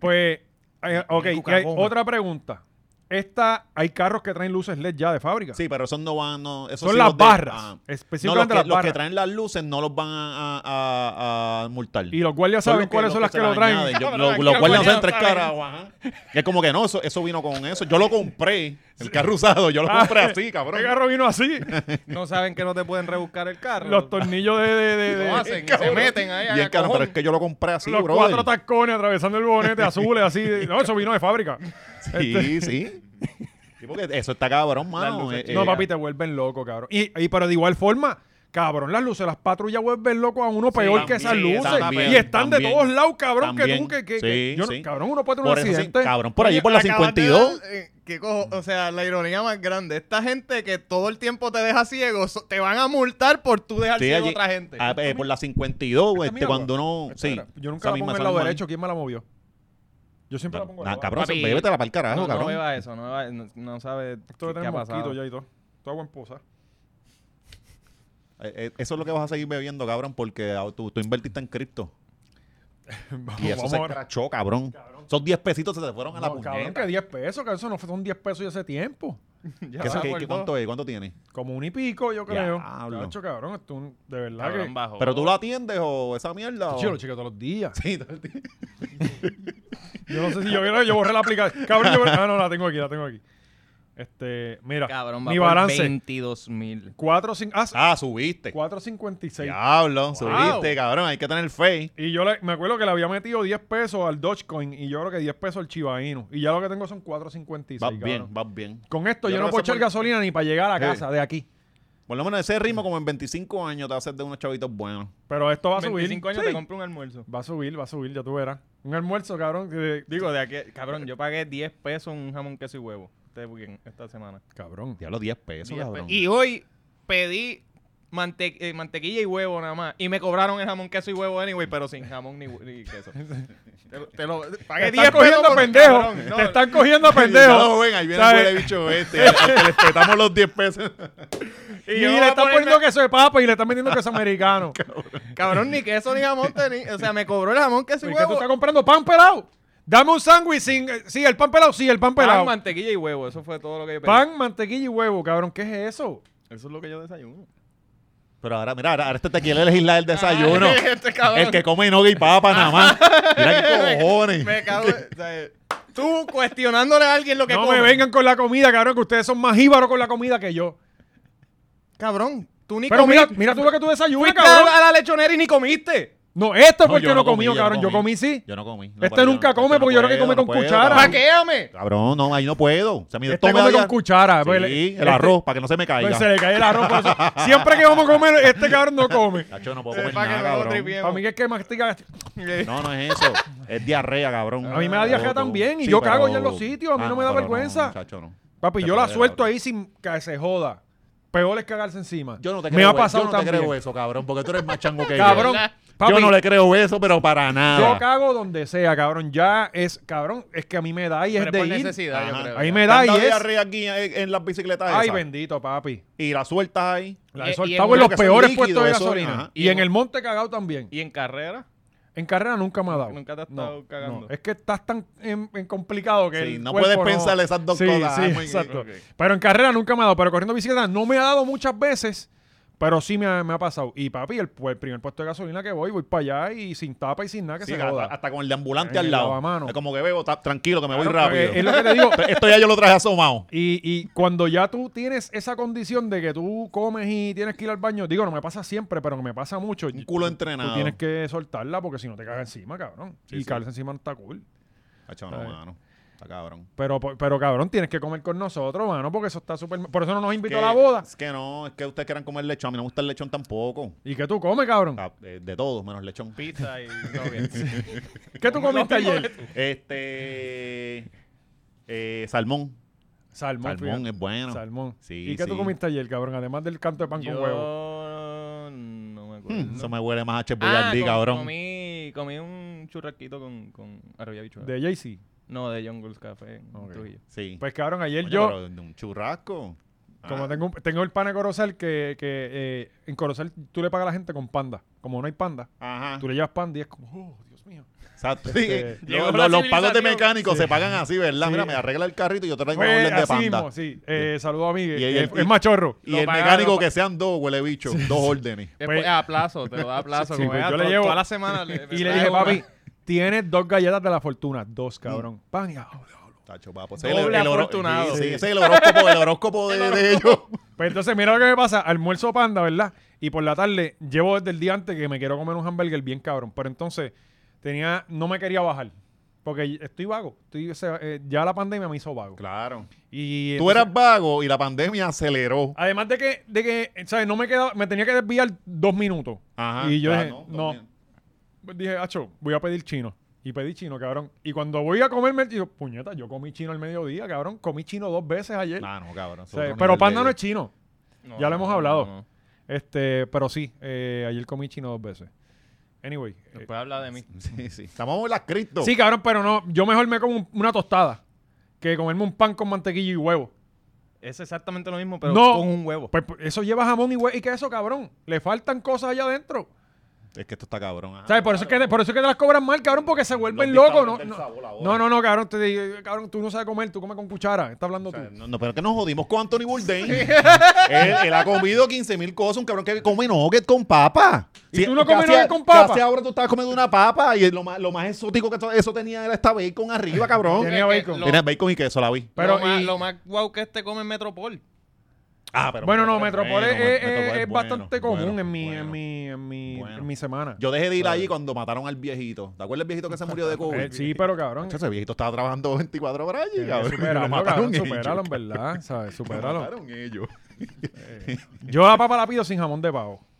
A: Pues, eh, ok,
B: Mira,
A: y hay
B: Cucagoma.
A: otra pregunta. Esta, hay carros que traen luces LED ya de fábrica.
C: Sí, pero esos no van. No, esos
A: Son
C: sí
A: las
C: los de-
A: barras,
C: ah. No, los
A: específicamente
C: que,
A: las
C: los que
A: barras.
C: traen las luces no los van a, a- a- a multar.
A: Y los guardias saben cuáles son las que, lo traen.
C: Los
B: Los
C: cuales no
B: guardias
C: saben tres
B: saben.
C: caras. ajá. Y es como que no, eso, eso vino con eso. Yo lo compré, el carro usado, yo lo
A: Ah,
C: compré así, cabrón.
A: El carro vino así.
B: No saben que no te pueden rebuscar el carro.
A: los tornillos de... de- de- de-
B: lo hacen, y se
C: Cabrón.
B: meten ahí. a
C: Bien, caro,
B: cajón.
C: pero es que yo lo compré así,
A: los
C: brother.
A: cuatro tacones atravesando el bonete azules así. de- no, eso vino de fábrica. este.
C: Sí, sí. Sí, porque eso está cabrón, mano.
B: luces
C: Eh,
A: No,
C: eh,
A: papi, te vuelven loco, cabrón. Y, y- pero de igual forma, cabrón, las luces, las patrullas vuelven loco a uno peor que esas
B: también,
A: luces.
C: también,
A: y están de
C: también,
A: todos lados, cabrón, que
C: también.
A: tú, que, que-
C: Sí,
A: que- yo no-
C: sí.
A: cabrón, uno puede tener un
C: Por eso sí,
A: accidente.
C: cabrón, por allí, por la
B: Acabas de
C: 52.
B: dar, eh, ¿Qué cojo? O sea, la ironía más grande. Esta gente que todo el tiempo te deja ciego, so- te van a multar por tú dejar
C: Sí,
B: ciego
C: allí-
B: a otra gente.
C: ah, eh, por la 52,
A: Esta
C: este,
A: mía,
C: cuando uno. Sí,
A: Espera, yo
C: esa
A: nunca la
C: misma,
A: pongo en
C: esa
A: el lado
C: misma.
A: derecho. ¿Quién me la movió? Yo siempre la pongo en el
C: Nah,
A: lado.
C: cabrón,
B: Papi,
C: bébete para el carajo,
B: no, no
C: cabrón.
B: beba eso, no, beba- no, no sabe
A: Esto
B: qué,
A: le
B: qué ha
A: tenemos
B: pasado.
A: mosquito ya y todo. Está buen posa.
C: Eh, eh, eso es lo que vas a seguir bebiendo, cabrón, porque ah, tú, tú invertiste en cripto.
A: Vamos,
C: Y eso
A: vamos
C: se
A: ahora.
C: crachó, cabrón. Esos 10 pesitos se te fueron a la
A: No, cabrón,
C: puñeta.
A: que 10 pesos, que eso no fue- son 10 pesos ya hace tiempo.
B: Ya
C: ¿Qué-
B: se
C: qué-
B: acordó.
C: ¿Cuánto es? ¿Cuánto tiene?
A: Como un y pico, yo creo.
C: Diablo.
A: Cacho, cabrón, esto un- de verdad
B: Cabrón,
A: que...
B: bajo.
C: ¿Pero tú lo atiendes o esa mierda? o-
A: Yo lo chequeo todos los días.
C: Sí, todo el tiempo.
A: Yo no sé si yo, yo borré la aplicación. Cabrón, yo borré- Ah, no, la tengo aquí, la tengo aquí. Este, mira,
B: Cabrón, va
A: mi
B: por
A: balance.
B: 22 mil.
A: 4, cin- ah,
C: Ah, subiste.
A: 4.56.
C: Diablo, subiste, cabrón. Hay que tener fe.
A: Y yo le- me acuerdo que le había metido 10 pesos al Dogecoin y yo creo que 10 pesos al Chiba Inu. Y ya lo que tengo son 4.56.
C: Vas bien,
A: cabrón.
C: vas bien.
A: Con esto
C: Yo
A: yo,
C: creo
A: no
C: que
A: puedo
C: eso
A: echar
C: por-
A: gasolina ni para llegar a la
C: Sí.
A: casa de aquí.
C: Por lo menos ese ritmo, como en 25 años, te va a hacer de unos chavitos buenos.
A: Pero esto va a subir.
B: 25 años
A: Sí.
B: te compro un almuerzo.
A: Va a subir, va a subir, ya tú verás. Un almuerzo, cabrón. que-
B: Digo, de aquí, cabrón, yo pagué 10 pesos un jamón, queso y huevo este weekend, esta semana.
A: Cabrón.
C: Diablo, 10 pesos,
B: 10
C: cabrón.
B: pesos. Pues, Y hoy pedí mante- eh, mantequilla y huevo nada más. Y me cobraron el jamón, queso y huevo anyway, pero sin jamón ni, hue- ni queso. te, lo- te lo
A: Te
B: pagué 10
A: están cogiendo
B: pesos
A: a
B: por-
A: pendejo.
B: cabrón, no,
A: Te están cogiendo a
C: Ya lo
A: pendejo.
C: ven, ahí viene
A: ¿Sabes?
C: el huele bicho este. al que le espetamos los 10 pesos.
A: Y,
B: yo
A: le
B: voy a
A: están
B: ponerme-
A: poniendo queso de papa y le están vendiendo queso americano.
B: Cabrón, ni queso ni jamón tenía. O sea, me cobró el jamón, queso y
A: ¿Y que tú
B: huevo.
A: estás comprando pan pelado? Dame un sándwich sin... eh, Sí, el pan pelado, sí, el pan pelado.
B: Pan,
A: Pan,
B: Ah, mantequilla y huevo. Eso fue todo lo que yo pedí.
A: mantequilla y huevo, cabrón. ¿Qué es eso?
B: Eso es lo que yo desayuno.
C: Pero ahora, mira, ahora, ahora este te quiere legislar el desayuno.
B: Ah, este cabrón.
C: el que come nogue y papa nada más. Mira qué cojones.
B: Me cago en- o sea, Tú cuestionándole a alguien lo que
A: No
B: come.
A: me vengan con la comida, cabrón, que ustedes son más íbaros con la comida que yo.
B: Cabrón, tú ni
A: Pero mira,
B: comiste.
A: mira tú lo que tú desayunas,
B: Fuiste
A: cabrón.
B: a la lechonera y ni comiste.
A: No, esto es porque
C: yo
A: no,
C: comí,
A: comió, cabrón. Yo
C: no
A: comí, sí.
C: Yo no comí. No,
A: Este
C: pero yo
A: nunca
C: no-
A: come
C: yo no
A: porque yo creo que
C: puedo,
A: come
C: no
A: con
C: puedo,
A: cuchara.
C: cabrón.
B: ¡Paquéame!
C: Cabrón, no, ahí no puedo. O sea, mi
A: Este
C: estómago
A: come con
C: ya-
A: cuchara. pues, le-
C: Sí, el
A: este-
C: arroz, para que no se me caiga.
A: pues, se le cae el arroz. por eso. Siempre que vamos a comer, este cabrón no come.
C: Cacho, no puedo
B: Para
C: comer
B: que
C: nada,
B: no lo
C: cabrón.
B: tripiemos.
A: Para mí que es que mastiga...
C: No, no es eso. Es diarrea, cabrón.
A: A mí me da diarrea
C: Todo, todo.
A: también, y
C: Sí,
A: yo cago
C: pero- ah,
A: ya en los sitios, a mí no me da
C: pero
A: vergüenza.
C: muchacho, no.
A: Papi,
C: Te
A: yo la
C: puede
A: suelto
C: dar.
A: ahí sin que se joda. Peor es cagarse encima.
G: Yo no te creo,
A: Me ha
C: e,
G: eso,
A: pasado
G: yo no te
A: también.
G: creo eso, cabrón, porque tú eres más chango que yo.
A: Cabrón, papi,
G: yo no le creo eso, pero para
A: yo
G: nada.
A: cago donde sea, cabrón. Ya es, cabrón, es que a mí me da y
B: Pero
A: es
B: es
A: de
B: por
A: ir.
B: necesidad, yo
C: Ajá.
B: creo.
A: Ahí
B: ya.
A: me
C: Te
A: da
C: han
A: y
C: dado
A: es.
C: diarrea aquí en, en las bicicletas
A: Ay,
C: esas.
A: bendito, papi.
C: Y la sueltas ahí.
A: La
B: Y-
A: he
B: y
A: soltado
B: en-
A: en los
C: que son
A: peores
C: líquidos,
A: puestos de
C: eso,
A: gasolina.
C: ajá.
A: Y,
B: Y
A: en
B: en-
A: el monte cagado también.
B: ¿Y en carrera?
A: En carrera nunca me ha dado.
B: Nunca te has
A: No,
B: estado cagando.
A: no. Es que estás tan en, en complicado que.
C: Sí,
A: el
C: no
A: cuerpo
C: puedes pensar esas dos
A: Sí,
C: cosas.
A: sí,
C: Ah, muy-
A: exacto.
C: ok.
A: Pero en carrera nunca me ha dado. Pero corriendo bicicleta no me ha dado muchas veces. Pero sí me ha, me ha pasado. Y papi, el, pu- el primer puesto de gasolina que voy, voy para allá y sin tapa y sin nada que
C: Sí,
A: se
C: hasta,
A: joda.
C: hasta con el de ambulante
A: En
C: al
A: el
C: lado.
A: lavamano.
C: Es como que veo, ta- tranquilo, que me voy
A: Claro,
C: rápido.
A: eh, Es lo que te digo.
C: Esto ya yo lo traje asomado.
A: Y, y cuando ya tú tienes esa condición de que tú comes y tienes que ir al baño, digo, no me pasa siempre, pero me pasa mucho.
C: Un culo
A: Tú
C: entrenado.
A: tienes que soltarla porque si no te cagas encima, cabrón.
C: Sí,
A: y
C: sí.
A: cagarse encima no está cool.
C: Hacho, no,
A: ¿Sabes?
C: mano. Está cabrón.
A: Pero, po- pero cabrón, tienes que comer con nosotros, mano, porque eso está súper. Por eso no nos invitó
C: Que-
A: a la boda.
C: Es que no, es que ustedes quieran comer lechón. A mí no me gusta el lechón tampoco.
A: ¿Y qué tú comes, cabrón?
C: Ah, De, de todo, menos lechón.
B: Pizza y todo bien.
A: ¿Qué tú comiste ayer?
C: Este. eh, salmón.
A: Salmón.
C: Salmón
A: fíjate.
C: es bueno.
A: Salmón.
C: Sí,
A: ¿Y qué tú
C: sí.
A: comiste ayer, cabrón? Además del canto de pan
B: Yo
A: con huevo.
B: no me acuerdo.
A: Hmm.
C: Mm, Eso me huele más a Chef
B: Ah,
C: Boyardee,
B: com-
C: cabrón.
B: Comí, comí un churrasquito con, con arrolla bichuela.
A: De Jay-Z.
B: No, de Jungles Café en
A: Ok.
B: Trujillo.
C: Sí.
A: Pues, cabrón, ayer
C: Coño,
A: yo.
C: pero de un churrasco.
A: Como
C: Ah,
A: tengo, un- tengo el pana de Corozal que, que eh, en Corozal tú le pagas a la gente con panda. Como no hay panda,
C: Ajá.
A: tú le llevas panda y es como, oh, Dios mío.
C: Exacto.
A: Este,
C: Sí,
B: llegó
C: los-
B: la
C: los, pagos de
B: civilización.
C: mecánicos se pagan así, ¿verdad?
A: Sí.
C: Mira, me arregla el carrito y yo traigo un
A: Pues,
C: orden de
A: así
C: panda.
A: mismo, sí. Eh, Saludo a Miguel.
C: Y- y-
A: es,
C: y-
A: es machorro.
C: Y
B: Lo
C: el
B: pagan,
C: mecánico
B: lo
C: que sean dos, huele bicho, dos órdenes.
B: Después,
A: Pues-
B: a plazo, te lo da a plazo.
A: Sí,
B: como
A: pues
B: era
A: yo le
B: to-
A: llevo-
B: Toda la semana. me
A: Y le
B: trae
A: dije,
B: una.
A: papi, tienes dos galletas de la fortuna.
C: Mm.
A: Dos, cabrón. Pan y- ah,
C: Tacho, papo. Ese es
B: Doble
C: horo-
B: afortunado.
C: Sí, sí, ese es el horóscopo, el horóscopo de, de ellos.
A: Pues entonces, mira lo que me pasa. Almuerzo panda, ¿verdad? Y por la tarde, llevo desde el día antes que me quiero comer un hamburger bien cabrón. Pero entonces, tenía, no me quería bajar. Porque estoy vago. Estoy, o sea, eh, ya la pandemia me hizo vago.
C: Claro.
A: Y
C: Tú
A: entonces-
C: eras vago y la pandemia aceleró.
A: Además de que, de que ¿sabes? No me quedaba, me tenía que desviar dos minutos.
C: Ajá.
A: y yo
C: Ah,
A: dije,
C: no,
A: no.
C: también.
A: Pues Dije, acho, voy a pedir chino. Y pedí chino, cabrón. Y cuando voy a comerme, digo, puñeta, yo comí chino al mediodía, cabrón. Comí chino dos veces ayer.
C: Ah, no, cabrón.
A: O
C: eso
A: sea,
C: es otro
A: pero
C: nivel
A: panda
C: de-
A: no es chino.
B: No,
A: ya lo hemos
B: no,
A: hablado.
B: no, no.
A: Este, pero sí, eh, ayer comí chino dos veces. Anyway. eh,
B: Después habla de mí.
C: Sí, sí. Estamos en las cripto.
A: sí, cabrón, pero no, yo mejor me como un- una tostada que comerme un pan con mantequilla y huevo.
B: Es exactamente lo mismo, pero
A: No.
B: con un huevo.
A: Pues pues, eso lleva jamón y huevo y queso, cabrón. Le faltan cosas allá adentro.
C: Es que esto está cabrón. ajá.
A: ¿Sabes? Por, eso es que te, por eso es que te las cobran mal, cabrón, porque se vuelven locos. No,
C: dictadores del sabor
A: no,
C: ahora.
A: no, no, no, cabrón, te digo, cabrón, tú no sabes comer, tú comes con cuchara, está hablando
C: O sea,
A: tú.
C: no, no, pero es que nos jodimos con Anthony Bourdain. él, él ha comido 15 mil cosas, un cabrón que come nugget con papa.
A: ¿Y tú no comes
C: casi-
A: nugget con papa?
C: Casi ahora tú estabas comiendo una papa y lo más, lo más exótico que to- eso tenía era esta bacon arriba, cabrón.
A: Tenía
B: Es que
A: bacon.
B: lo-
C: Tenía bacon y queso, la vi.
A: Pero,
B: lo, más,
A: y-
B: lo más guau que este come en Metropol.
C: Ah, pero
A: bueno, no,
C: Metropol
A: Metropol es,
C: bueno,
A: es-
C: Metropol
A: es
C: bueno,
A: bastante
C: bueno,
A: común en, mi, en,
C: bueno.
A: mi, en, mi,
C: Bueno.
A: en mi semana.
C: Yo dejé de ir allí cuando mataron al viejito. ¿Te acuerdas el viejito que se murió de COVID?
A: Eh, sí, pero cabrón,
C: Chacho, Ese viejito estaba trabajando 24 horas allí,
A: eh,
C: cabrón.
A: superalo,
C: lo
A: cabrón,
C: mataron
A: superalo,
C: ellos.
A: en verdad, ¿sabes?
C: Lo
A: Superalo.
C: mataron ellos.
A: Yo la papa la pido sin jamón de pavo,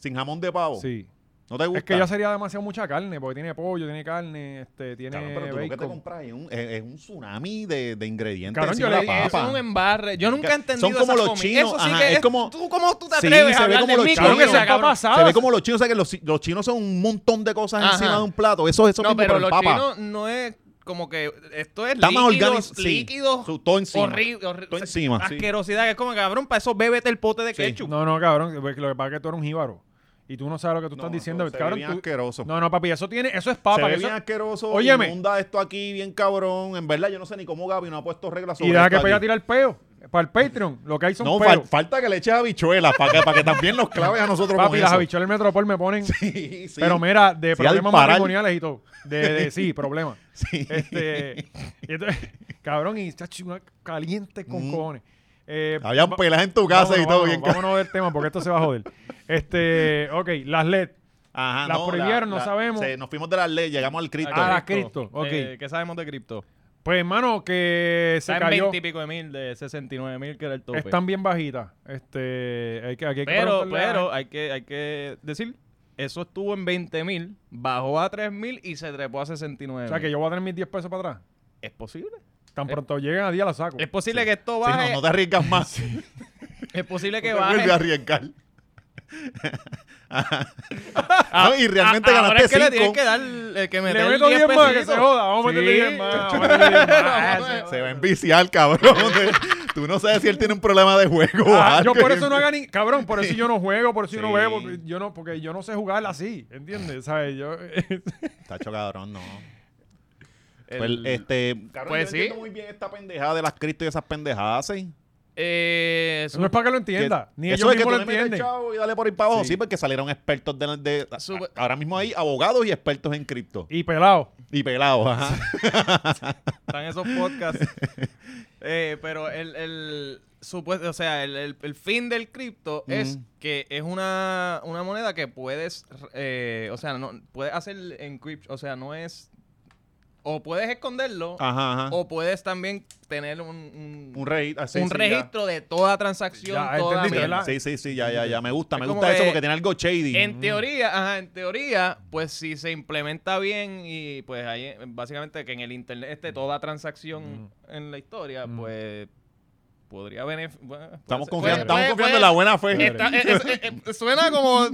C: Sin jamón de pavo.
A: sí.
C: ¿No te Oh, gusta?
A: Es que ya sería demasiado mucha carne, porque tiene pollo, tiene carne, este, tiene
C: Cabrón, pero tú lo que te
A: bacon.
C: compras es un, es- es un tsunami de, de ingredientes.
A: Cabrón,
C: encima
A: yo le
C: de la
A: dije,
B: Eso es
C: papa.
B: un embarre. Yo nunca he
C: Son
B: entendido
C: como
B: esas
C: los
B: comidas.
C: chinos,
B: Eso sí
C: ajá,
B: que
C: es
B: es,
C: como-
B: ¿tú, ¿Cómo tú te
C: Sí,
B: atreves
C: se
B: a
C: ve
B: hablar
C: como
B: de
C: los
B: mí,
C: chinos.
A: Cabrón,
B: comida,
A: eso está
B: cabrón?
A: pasado.
C: Se ve como los chinos, o sea que los, los chinos son un montón de cosas
B: Ajá.
C: encima de un plato. Eso, eso
B: No,
C: mismo,
B: pero
C: en
B: los
C: papa.
B: chinos no es como que esto es
C: Está más
B: líquidos,
C: organizado.
B: líquidos
C: todo encima.
B: horrible, horri-
C: Todo encima, sí.
B: asquerosidad, que es como cabrón, para eso bébete el pote de
C: Sí.
B: ketchup.
A: No, no, cabrón. porque Lo que pasa es que tú eres un jíbaro. Y tú no sabes lo que tú estás
C: No,
A: diciendo.
C: eso se ve
A: cabrón,
C: bien
A: tú-
C: asqueroso.
A: No, no, papi, eso tiene, eso es
C: se
A: papa.
C: ve
A: eso-
C: bien asqueroso.
A: Óyeme.
C: Inunda esto aquí bien cabrón. En verdad, yo no sé ni cómo Gaby no ha puesto reglas sobre
A: Y deja que
C: esto
A: pega a
C: aquí.
A: tirar peo. Para el Patreon, lo que hay son
C: No,
A: peos.
C: fal- falta que le eches habichuelas para que, para que también nos claves a nosotros
A: papi,
C: con
A: las
C: eso.
A: habichuelas del Metropol me ponen.
C: Sí, sí.
A: Pero mira, de
C: Sí, a
A: problemas
C: disparar.
A: matrimoniales y todo. De, de- sí, problemas.
C: Sí.
A: Este, y entonces, cabrón, y está una caliente con
C: Mm.
A: cojones. Eh,
C: Habían
A: va-
C: pelas en tu casa
A: vámonos,
C: y todo
A: vámonos,
C: bien. ca-
A: Vámonos del tema porque esto se va a joder. Este, ok, las LED.
C: Ajá,
A: Las prohibieron, no sabemos.
C: se- nos fuimos de las leyes, llegamos al cripto.
A: Ah, la cripto, ok.
B: Eh, ¿Qué sabemos de cripto?
A: Pues, hermano, que se
B: Está en
A: cayó.
B: 20 y pico de mil, de 69 mil que era el tope.
A: Están bien bajitas. Este, hay que, aquí hay que
B: pero,
A: preguntarle a-
B: pero, hay que, hay que decir, eso estuvo en 20 mil, bajó a 3 mil y se trepó a 69
A: O sea, que yo voy a tener mis 10 pesos para atrás.
B: ¿Es posible?
A: Tan pronto lleguen a día la saco.
B: Eh. Es posible que esto
C: Sí,
B: baje.
C: no, no te arriesgas más.
B: Es posible que
C: Te vuelves a
B: baje.
C: arriesgar. No, y realmente
B: Ah, ahora
C: ganaste
B: es que le
C: cinco.
B: tienes que dar el que
A: Le
B: meter
A: meto 10 más, que se
B: pesitos.
A: joda. Vamos a meterle
B: Sí.
A: 10 más. vamos a meterle 10 más.
C: Se va a enviciar, cabrón. Tú no sabes si él tiene un problema de juego. o
A: Ah, yo
C: algo.
A: por eso no haga ni. Cabrón, por eso yo no juego, por eso yo no
C: Sí.
A: bebo. porque Yo no, porque yo no sé jugar así, ¿entiendes? ¿Sabes? Yo.
C: Tacho, cabrón, no.
B: El-
C: Pues, este, cabrón,
B: Pues
C: yo
B: sí.
C: entiendo muy bien esta pendejada de las cristas y esas pendejadas, sí.
B: Eh,
A: Eso no
B: su-
A: es para que lo entienda.
C: Que-
A: ni
C: eso
A: ellos
C: es que
A: mismos lo
C: tú le metes
A: entienden.
C: chavo y dale por ahí para abajo.
A: Sí.
C: Sí, porque salieron expertos de, de- a-
B: Sube-
C: ahora mismo hay abogados y expertos en cripto.
A: Y pelado.
C: Y pelados, ajá.
B: están esos podcasts. Eh, pero el, el supuesto, o sea, el, el- el fin del cripto es
C: Ujú.
B: que es una, una moneda que puedes, eh, o sea, no puedes hacer encryption, o sea, no es o puedes esconderlo
C: Ajá, ajá.
B: o puedes también tener un, un-
C: un rey, así,
B: un
C: sí, ya.
B: registro de toda transacción,
A: Ya,
B: toda
A: entendí,
B: mierda.
A: ¿verdad?
C: Sí, sí, sí, ya, ya, ya. Me gusta,
B: Es
C: me
B: como
C: gusta eso
B: que-
C: porque tiene algo shady.
B: En teoría, ajá, en teoría, pues si se implementa bien y pues ahí eh, básicamente que en el internet esté toda transacción en la historia, pues podría beneficiar.
C: estamos
B: pues,
C: confiando, estamos confiando en la buena fe.
B: eh, suena como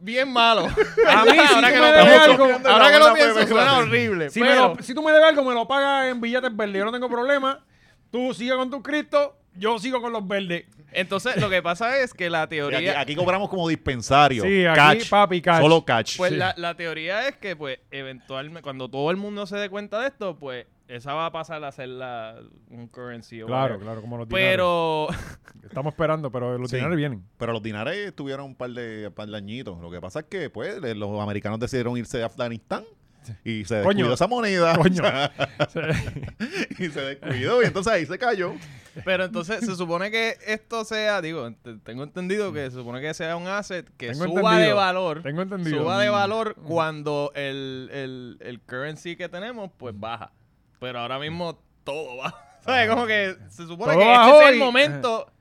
B: bien malo.
A: A mí, si
B: ahora
A: tú
B: que
A: me
B: lo
A: debes algo-
B: pienso, ahora que lo
C: Ahora
B: pienso,
C: puede-
B: suena horrible.
A: Si,
B: pero-
A: me lo- si tú me debes algo, me lo pagas en billetes verdes. Yo no tengo problema. Tú sigue con tus cripto, yo sigo con los verdes.
B: entonces, lo que pasa es que la
C: Y Aquí,
B: teoría.
C: aquí cobramos como dispensario.
A: Sí, aquí,
C: Catch.
A: papi, catch.
C: Solo catch.
B: Pues
A: Sí.
B: la, la teoría es que, pues, eventualmente, cuando todo el mundo se dé cuenta de esto, pues, esa va a pasar a ser la, un currency. o
A: Claro,
B: whatever.
A: claro, como los dinarios.
B: Pero,
A: Estamos esperando, pero los
C: Sí.
A: dinarios vienen.
C: Pero los dinares tuvieron un par de, par de añitos. Lo que pasa es que pues, le- los americanos decidieron irse de Afganistán y se descuidó
A: Coño.
C: esa moneda.
A: Coño.
C: y se descuidó y entonces ahí se cayó.
B: pero entonces se supone que esto sea, digo, ent- tengo entendido que se supone que sea un asset que
A: Tengo
B: suba de
A: entendido.
B: valor.
A: Tengo entendido.
B: Suba de
A: Mm.
B: valor cuando el, el, el currency que tenemos, pues baja. Pero ahora mismo todo baja. ¿Sabes? Como que se supone
A: Todo
B: que
A: bajó
B: este es el
A: y-
B: momento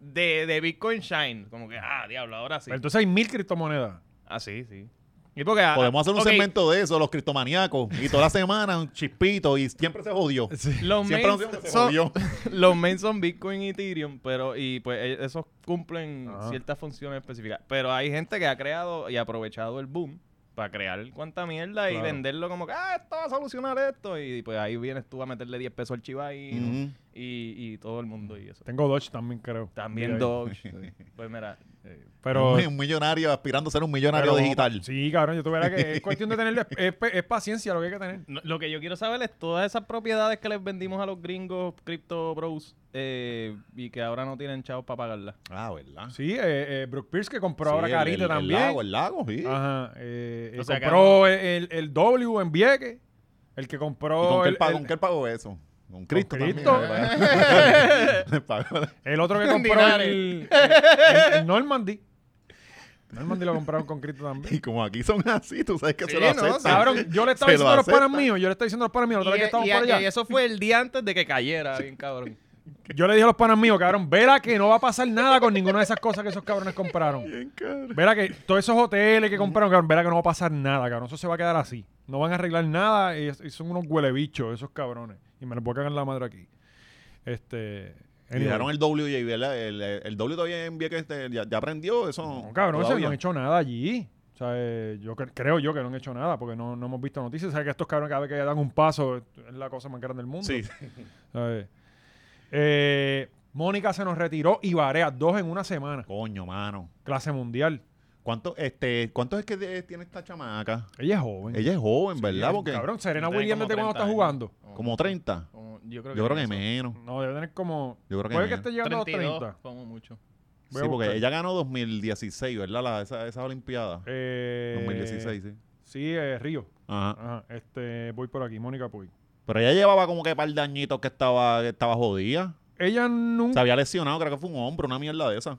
B: de, de Bitcoin Shine. Como que, ah, diablo, ahora sí.
A: Pero entonces hay mil criptomonedas.
B: Ah, sí, sí. Y porque, ah,
C: Podemos hacer un
B: ok,
C: segmento de eso, los criptomaniacos. Y toda la semana un chispito y siempre se jodió.
B: Los
C: Siempre nos
B: mains,
C: dijeron que se
B: son,
C: jodió.
B: los mains son Bitcoin y Ethereum, pero y pues e- esos cumplen
A: Ajá.
B: ciertas funciones específicas. Pero hay gente que ha creado y aprovechado el boom para crear cuanta mierda y
A: Claro.
B: venderlo como que ah, esto va a solucionar esto. Y pues ahí vienes tú a meterle 10 pesos al chivaí
C: Ujú.
B: y, y todo el mundo y eso.
A: Tengo Dodge también, creo. Mira
B: También
A: ahí.
B: Doge. pues mira,
A: Pero.
C: un, millonario aspirando a ser un millonario
A: pero-
C: digital.
A: Sí, cabrón, yo tuviera que. Es cuestión de tener. Es, es paciencia lo que hay que tener.
B: no- lo que yo quiero saber es todas esas propiedades que les vendimos a los gringos Crypto Bros eh, y que ahora no tienen chavos para pagarlas.
C: Ah, ¿verdad?
A: Sí, eh, eh, Brooke Pierce que compró
C: Sí,
A: ahora
C: el-
A: Carita
C: el-
A: también.
C: El lago, el lago, sí.
A: Ajá. eh, eh,
B: O sea, que
A: compró el, el W en Vieques. El que compró.
C: ¿Y con qué
A: Oh, el,
C: él pagó,
A: el-
C: con qué él pagó eso? Con Cristo también.
A: Cristo.
C: Le pagó.
A: el otro que compró el,
B: Dinares.
A: el- el- el Normandy. Normandy lo compraron con Cristo también.
C: Y como aquí son así, tú sabes que
B: Sí,
C: se lo
B: ¿no?
C: aceptan.
A: Cabrón, yo le estaba
C: Se lo
A: diciendo a los panas
C: aceptan.
A: míos, yo le estaba diciendo a los panas míos, la otra vez
B: y, e,
A: que estábamos
B: y-
A: por allá.
B: y eso fue el día antes de que cayera, bien cabrón.
A: Yo le dije a los panas míos, cabrón, verá que no va a pasar nada con ninguna de esas cosas que esos cabrones compraron.
C: Bien, cabrón.
A: Verá que todos esos hoteles que compraron, cabrón, verá que no va a pasar nada, cabrón. Eso se va a quedar así. No van a arreglar nada y, es- y son unos huelebichos esos cabrones. Y me los voy a cagar en la madre aquí. Este.
C: Y dejaron
A: anyway.
C: el WJ, ¿verdad? El, el, el W todavía en Vieques este, ya, ya aprendió eso.
A: No, cabrón, eso
C: todavía.
A: no han hecho nada allí. O sea, eh, yo cre- creo yo que no han hecho nada porque no, no hemos visto noticias. O sea, que estos cabrones cada vez que dan un paso es la cosa más grande del mundo.
C: Sí.
A: ¿Sabes? Eh, Mónica se nos retiró y Varea, dos en una semana.
C: Coño, mano.
A: Clase mundial.
C: ¿Cuánto, este, ¿Cuántos es que de- tiene esta chamaca?
A: Ella es joven.
C: Ella es joven, ¿verdad?
A: Ella-
C: Porque
A: Cabrón, Serena
B: Tiene
A: Williams
B: como
A: desde cuando está
B: 30 años.
A: jugando.
C: como 30.
B: Como- yo creo que,
C: Yo creo que
B: eso.
C: menos.
A: No, debe tener como.
C: Yo creo que
A: puede que
C: menos.
A: esté llegando a
B: 32,
A: los 30.
B: como mucho.
A: Voy
C: Sí,
A: a
C: porque
A: buscar.
C: ella ganó 2016, ¿verdad? La, esa, esa Olimpiada.
A: Eh,
C: 2016, sí.
A: Sí, eh, Río.
C: Ajá.
A: Ajá. Este, voy por aquí, Mónica Puig.
C: Pero ella llevaba como que par de añitos que estaba, que estaba jodida.
A: Ella
C: Se
A: nunca.
C: había lesionado, creo que fue un hombro, una mierda de esa.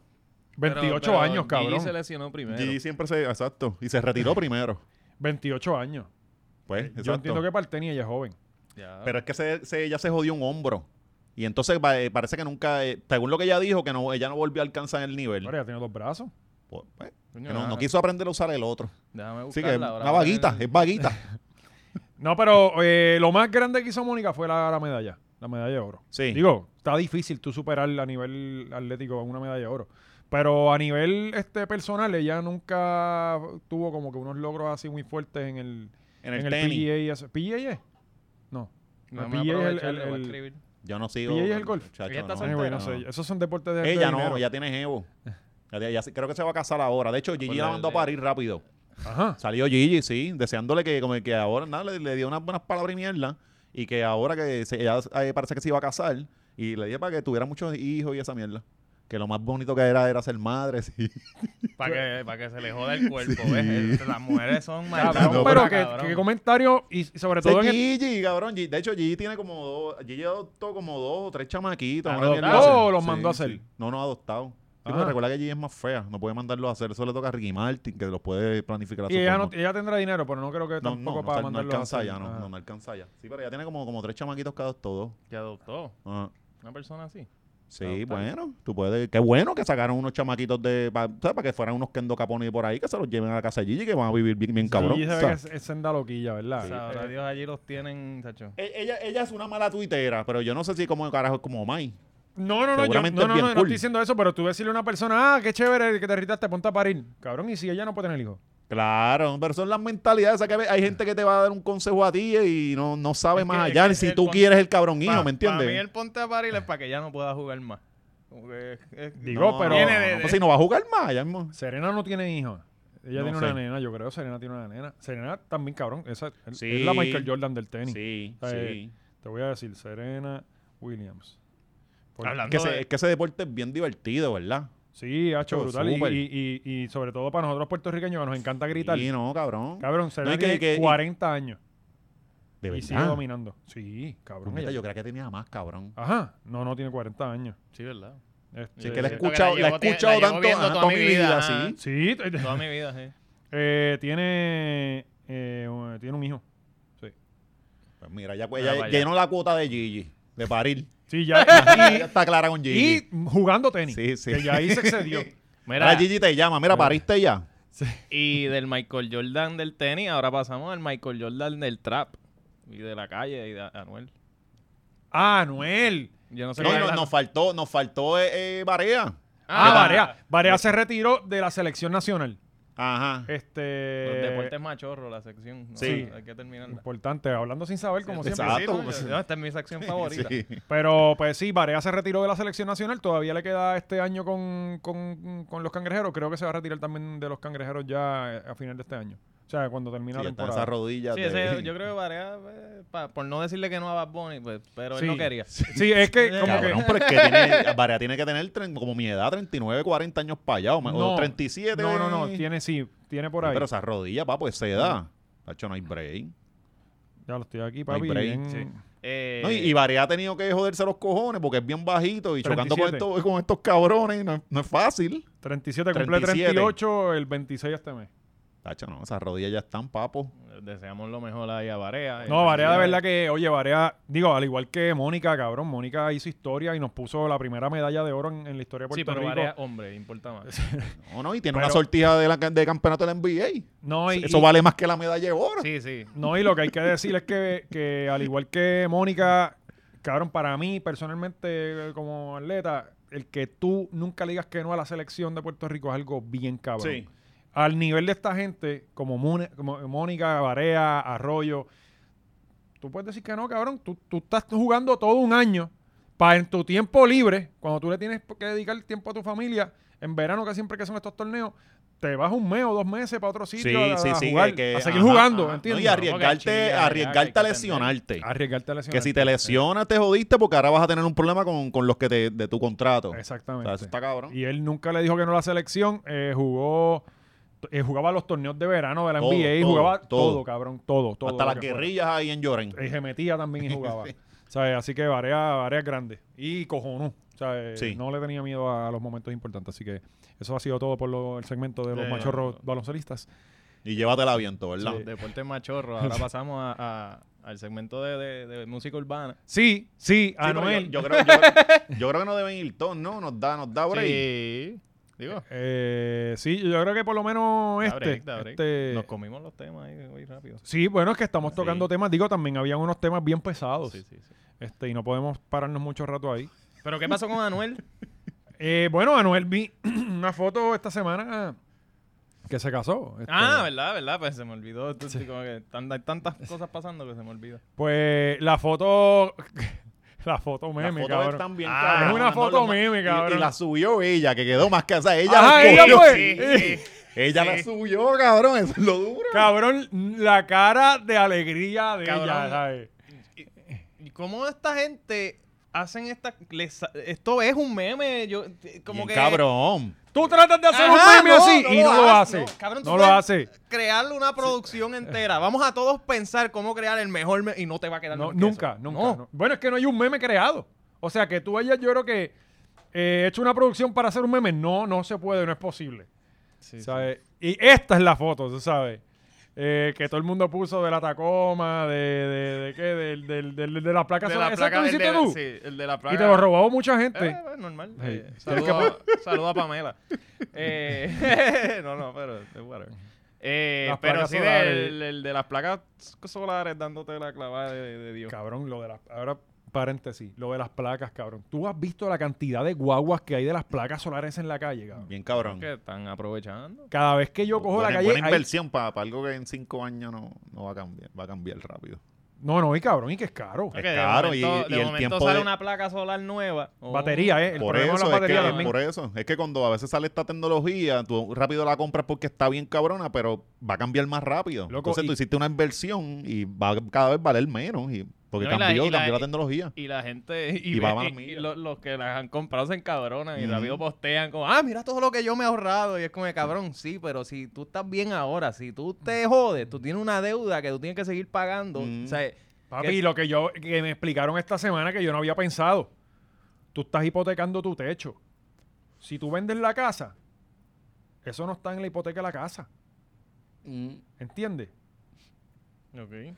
A: 28
B: Pero- pero
A: años,
B: Gigi se
A: cabrón.
B: lesionó primero.
C: Y siempre se. Exacto. Y se retiró primero.
A: 28 años.
C: Pues,
A: Yo
C: exacto.
A: entiendo que para el tenis ella es joven.
B: Ya.
C: Pero es que se, se- ella se jodió un hombro. Y entonces va- eh, parece que nunca, eh, según lo que ella dijo, que no, ella no volvió a alcanzar el nivel.
A: Ahora ella tiene dos brazos.
C: Pues, pues, que
B: Coño,
C: no, no
B: nada.
C: quiso aprender a usar el otro.
B: Déjame
C: Así
B: buscarla.
C: que es
B: ahora
C: una
B: voy a
C: vaguita,
B: tener-
C: es vaguita.
A: No, pero eh, lo más grande que hizo Mónica fue la, la medalla. la medalla de oro.
C: Sí.
A: Digo, está difícil tú superar a nivel atlético una medalla de oro. Pero a nivel este personal, ella nunca tuvo como que unos logros así muy fuertes en el,
C: En el Ah, tenis.
A: PGA. y eso. ¿PGA es? No.
B: No
A: El PGA
B: me
A: es el-
B: aprovecho,
A: el-
B: le voy a
A: el-
B: escribir.
C: Yo no sigo.
A: ¿Y ella es el golf?
C: muchacho,
B: Ella está
C: no.
B: soltera.
A: Anyway, no
B: no.
A: sé. Esos son deportes de. de
C: Ella no,
A: dinero.
C: ella tiene Evo. Ella, ella- creo que se va a casar ahora. De hecho, Gigi
B: Acuérdate.
C: la mandó a parir rápido.
A: Ajá.
C: Salió Gigi, sí, deseándole que como que ahora nada, le, le dio unas buenas palabras y mierda. Y que ahora que se- ella eh, parece que se iba a casar. Y le dije para que tuviera muchos hijos y esa mierda. Que lo más bonito que era era ser madre, sí.
B: Para que, pa' que se le joda el cuerpo, ¿ves? Las mujeres son
A: Cabrón,
B: maldadoras,
A: pero que,
B: cabrón.
A: que comentario y y sobre todo en el.
C: Sí, Gigi, cabrón. Gigi- De hecho, Gigi tiene como dos, Gigi adoptó como dos o tres chamaquitos. una
A: ¿Adoptó
C: mierda así.
A: o Ah, los mandó a hacer?
C: No, no, adoptado. Sí,
A: Ah.
C: pero recuerda que Gigi es más fea, no puede mandarlo a hacer, eso le toca a Ricky Martin, que los puede planificar a su
A: Y ella, no,
C: forma.
A: ella tendrá dinero, pero no creo que
C: no,
A: tampoco
C: no,
A: para
C: no, no
A: mandarlo. a
C: alcanza
A: hacer.
C: ya, no,
B: Ah.
A: Ajá.
C: no, no alcanza ya. Sí, pero ella tiene como, como tres chamaquitos que adoptó dos.
B: Que adoptó
C: Ah,
B: una persona así.
C: sí,
B: Adoptar.
C: bueno, tú puedes, qué bueno que sacaron unos chamaquitos de, pa- ¿sabes? Para que fueran unos Kendo Caponi por ahí, que se los lleven a la casa de Gigi, que van a vivir bien, bien cabrón.
A: Sí, se ve que
C: ¿sabes?
A: es, es senda loquilla, ¿verdad?
B: Sabrá
A: Eh,
B: Dios, allí los tienen, chacho.
C: E- Ella, ella es una mala tuitera, pero yo no sé si como carajo es como Mai.
A: No, no, no, yo, no,
C: Seguramente
A: no,
C: es
A: no,
C: bien
A: no
C: cool.
A: estoy diciendo eso, pero tú decirle a una persona, ah, qué chévere que te irritaste, ponte a parir. Cabrón, y si ella no puede tener hijos.
C: Claro, pero son las mentalidades. esas que ve- hay gente que te va a dar un consejo a ti y no, no sabe
B: Es
C: más
B: que-
C: allá.
B: es que
C: si
B: el
C: tú
B: con-
C: quieres el cabrón hijo,
B: Pa-
C: ¿me entiendes?
B: Para mí el ponte a parir es para que ya no pueda jugar más. Como que es- es-
A: Digo, pero
B: viene de-
C: pues, si no va a jugar más, ya mismo.
A: Serena no tiene hijos. Ella
C: No
A: tiene una
C: sé.
A: nena, yo creo. Serena tiene una nena. Serena también, cabrón. Esa es-
C: Sí.
A: es la Michael Jordan del tenis.
C: Sí,
A: O sea, eh, Te voy a decir, Serena Williams. Por-
B: Hablando
C: Que
B: de-
C: ese, es que ese deporte es bien divertido, ¿verdad?
A: Sí, ha hecho
C: Yo,
A: brutal. Y,
C: Oh, súper.
A: y- y- y sobre todo para nosotros puertorriqueños, que nos encanta gritar.
C: Sí, no, cabrón.
A: Cabrón, Serena
C: No, y que-
A: tiene
C: que- y-
A: 40 años
C: De
A: y sigue
C: verdad.
A: dominando. Sí, cabrón.
C: Puñeta,
A: ella-
C: yo creía que tenía más, cabrón.
A: Ajá. No, no tiene 40 años.
B: Sí, ¿verdad?
A: Este,
C: Si es que la he
B: sí.
C: escuchado,
B: Porque la
C: la he
B: llevo-
C: escuchado
B: la llevo
C: tanto
B: viendo
C: ajá,
B: toda
C: toda
B: mi
C: mi
B: vida,
C: vida,
B: ajá.
C: sí.
A: Sí,
B: Toda mi vida, sí.
A: eh, tiene, eh, un- tiene un hijo. Sí,
C: Pues mira, ya, pues,
B: Ah,
C: ya
B: vaya.
C: llenó la cuota de Gigi, de parir.
A: sí ya.
C: Ya está clara con
A: y,
C: Gigi.
A: y jugando tenis.
C: Sí, sí.
A: Que ya ahí se excedió.
B: Mira,
C: Ahora Gigi te llama, mira, pariste ya.
B: y del Michael Jordan del tenis, ahora pasamos al Michael Jordan del trap. Y de la calle y de Anuel.
A: ah, Noel.
B: Yo no sé
C: No, y
B: cuál es
C: no-
B: la-
C: nos faltó, nos faltó eh, eh, Barea.
A: Ah, Barea. Barea se retiró de la selección nacional.
C: Ajá.
A: Eh,
B: Los
A: Este.
B: deportes machorros, la sección. No,
C: eh, Sí.
B: Hay que terminarla.
A: Importante, hablando sin saber, como
C: sí,
A: siempre.
C: exacto.
B: ¿no?
C: como
B: Yo-
C: si-
B: yo- esta es mi sección favorita.
C: Sí.
A: Pero pues sí, Barea se retiró de la selección nacional, todavía le queda este año con, con- con los cangrejeros, creo que se va a retirar también de los cangrejeros ya eh, a final de este año. O sea, cuando termine
C: Sí,
A: la
C: está en esas
A: temporada.
C: rodillas.
B: Sí,
C: de-
B: ese- yo creo que Barea, eh, pa- por no decirle que no a Bad Bunny, pues, pero él no
A: Sí.
B: quería.
A: Sí, es que como
C: Cabrón,
A: que
C: pero es que tiene, Barea tiene que tener tre- como mi edad, 39, 40 años para allá, o, me- o
A: No.
C: 37.
A: No, no, no, tiene sí, tiene por ahí.
C: Pero esas rodillas, papo, esa edad. Tacho, no hay break.
A: Ya lo estoy aquí,
C: No hay
A: papi.
C: break,
A: bien-
B: sí. Eh,
C: No, y, y Barea ha tenido que joderse los cojones porque es bien bajito y chocando con
A: 37.
C: estos, con estos cabrones no, es- no es fácil.
A: 37, cumple
C: 37.
A: 38 el 26 este mes.
C: Tacho, no, esas rodillas ya están, papo.
B: Deseamos lo mejor ahí a Barea.
A: No, Varea de verdad que, oye, Varea, digo, al igual que Mónica, cabrón, Mónica hizo historia y nos puso la primera medalla de oro en, en la historia de
B: Sí,
A: Puerto
B: pero
A: Rico.
B: Barea, hombre, importa más.
C: No, no, y tiene
A: Pero-
C: una sortija de, la, de campeonato de la NBA.
A: No, y,
C: Eso
A: y-
C: vale más que la medalla de oro.
B: Sí, sí.
A: No, y lo que hay que decir es que, que al igual que Mónica, cabrón, para mí personalmente eh, como atleta, el que tú nunca le digas que no a la selección de Puerto Rico es algo bien cabrón.
C: Sí.
A: Al nivel de esta gente, como, Mune- como Mónica, Barea, Arroyo, tú puedes decir que no, cabrón. Tú, tú estás jugando todo un año para en tu tiempo libre, cuando tú le tienes que dedicar tiempo a tu familia, en verano que siempre que son estos torneos, te vas un mes o dos meses para otro sitio a, a jugar, a seguir
C: ajá,
A: jugando,
C: ajá.
A: ¿entiendes?
C: No, y arriesgarte,
B: Porque hay chilla, hay
C: arriesgarte
B: que
C: a
B: atender.
C: lesionarte.
A: Arriesgarte a lesionar.
C: Que si te lesionas, te jodiste porque ahora vas a tener un problema con, con los que te, de tu contrato. O
A: Exactamente.
C: sea, eso está cabrón.
A: Y él nunca le dijo que no a la selección. eh, jugó. eh, jugaba los torneos de verano de la
C: Todo,
A: NBA. y
C: todo,
A: jugaba todo,
C: todo.
A: cabrón. Todo, todo.
C: Hasta
A: lo
C: las
A: que fuera.
C: guerrillas ahí en Lloren.
A: Y se metía también y jugaba. ¿Sabes? Así que Varea, Varea es grande. Y cojonú. ¿Sabes?
C: Sí.
A: No le tenía miedo a, los momentos importantes. Así que eso ha sido todo por lo- el segmento de los
B: Eh,
A: machorros baloncelistas.
C: Y llévatela viento, ¿verdad?
B: Los deportes machorros. Ahora pasamos a- a- al segmento de, de- de música urbana.
A: Sí, sí,
C: Sí, pero
A: Anuel.
C: Yo, yo creo, yo, yo creo que no deben ir todos, ¿no? Nos da, nos da break.
B: Sí. Digo,
A: Eh, sí, yo creo que por lo menos
B: da
A: este.
B: break, da break.
A: este-
B: nos comimos los temas ahí hoy rápido.
A: Sí, bueno, es que estamos tocando temas. Digo, también habían unos temas bien pesados.
B: Sí, sí, sí.
A: Este, y no podemos pararnos mucho rato ahí.
B: ¿Pero qué pasó con
C: Este,
B: Anuel?
A: Eh, bueno, Anuel vi una foto esta semana que se casó. Este,
B: Ah, verdad, verdad, pues se me olvidó. Tú- como que tan- hay tantas cosas pasando que se me olvida.
A: Pues la foto. la foto meme, cabrón.
C: también,
B: Ah,
A: es una foto meme, cabrón.
C: Y, la subió ella, que quedó más que o sea, ella.
A: Ajá,
C: la
A: ella
C: subió.
A: fue.
C: Ella la subió, cabrón. Eso es lo duro.
A: Cabrón, la cara de alegría de
B: Cabrón.
A: ella, ¿sabes?
B: ¿Y ¿Cómo esta gente hacen esta... les sa- esto es un meme, yo... Como
C: Bien,
B: que...
C: Cabrón.
A: Tú tratas de hacer
B: Ajá,
A: un meme
B: no,
A: así
B: no
A: y no lo hace.
B: no, cabrón, tú
A: No lo
B: puedes
A: hace.
B: Crearle una producción entera. Vamos a todos pensar cómo crear el mejor meme y no te va a quedar
A: No,
B: mejor que
A: nunca,
B: eso.
A: nunca.
B: No.
A: no. Bueno, es que no hay un meme creado. O sea, que tú hayas, yo creo que eh, hecho una producción para hacer un meme, no, no se puede, no es posible.
B: Sí,
A: ¿sabes? Y esta es la foto, tú sabes. Eh, que todo el mundo puso de la Tacoma, de, de, de qué, del, del, del- de las placas
B: De
A: solares.
B: la
A: Esa
B: placa,
A: que
B: el
A: hiciste
B: de,
A: tú.
B: sí, el de la placa.
A: Y te lo robó mucha gente.
B: Eh, pues, normal.
A: Sí.
B: Eh, saludo, a, saludo a Pamela. Eh, no, no, pero eh, whatever. Eh,
A: Las
B: pero
A: placas
B: sí
A: solares.
B: del, el de las placas solares dándote la clavada de, de Dios.
A: Cabrón, lo de las. Ahora, paréntesis. Lo de las placas, cabrón. Tú has visto la cantidad de guaguas que hay de las placas solares en la calle, cabrón.
C: Bien, cabrón.
B: Que están aprovechando.
A: Cada vez que yo cojo
C: buena,
A: la calle.
C: buena
A: hay-
C: inversión para, algo que en cinco años no, no va a cambiar. Va a cambiar rápido.
A: No, no, y cabrón, y que es caro.
B: Es que de
C: caro y-
B: momento-
C: y
B: de
C: el
B: momento
C: tiempo
B: sale
C: de-
B: una placa solar nueva. o-
A: Batería, ¿eh? El
C: Por
A: problema
C: eso,
A: de las
C: es
A: baterías
C: que,
A: también.
C: por eso. Es que cuando a veces sale esta tecnología, tú rápido la compras porque está bien cabrona, pero va a cambiar más rápido.
A: Loco,
C: Entonces
A: y-
C: tú hiciste una inversión y va a cada vez valer menos. Y, porque
B: No, y la-
C: cambió,
B: y la-
A: e-
C: cambió la tecnología.
B: Y la gente.
C: Y
B: Y, ve-
C: va a la
B: y-
C: milla.
B: y lo- los que las han comprado se encabronan y
C: Ujú.
B: rápido postean como, ah, mira todo lo que yo me he ahorrado. Y es como, de, cabrón, sí, pero si tú estás bien ahora, si tú te jodes, tú tienes una deuda que tú tienes que seguir pagando.
C: Mm.
B: O sea,
A: Papi, lo que yo que me explicaron esta semana que yo no había pensado. Tú estás hipotecando tu techo. Si tú vendes la casa, eso no está en la hipoteca de la casa. ¿Entiendes?
B: ok.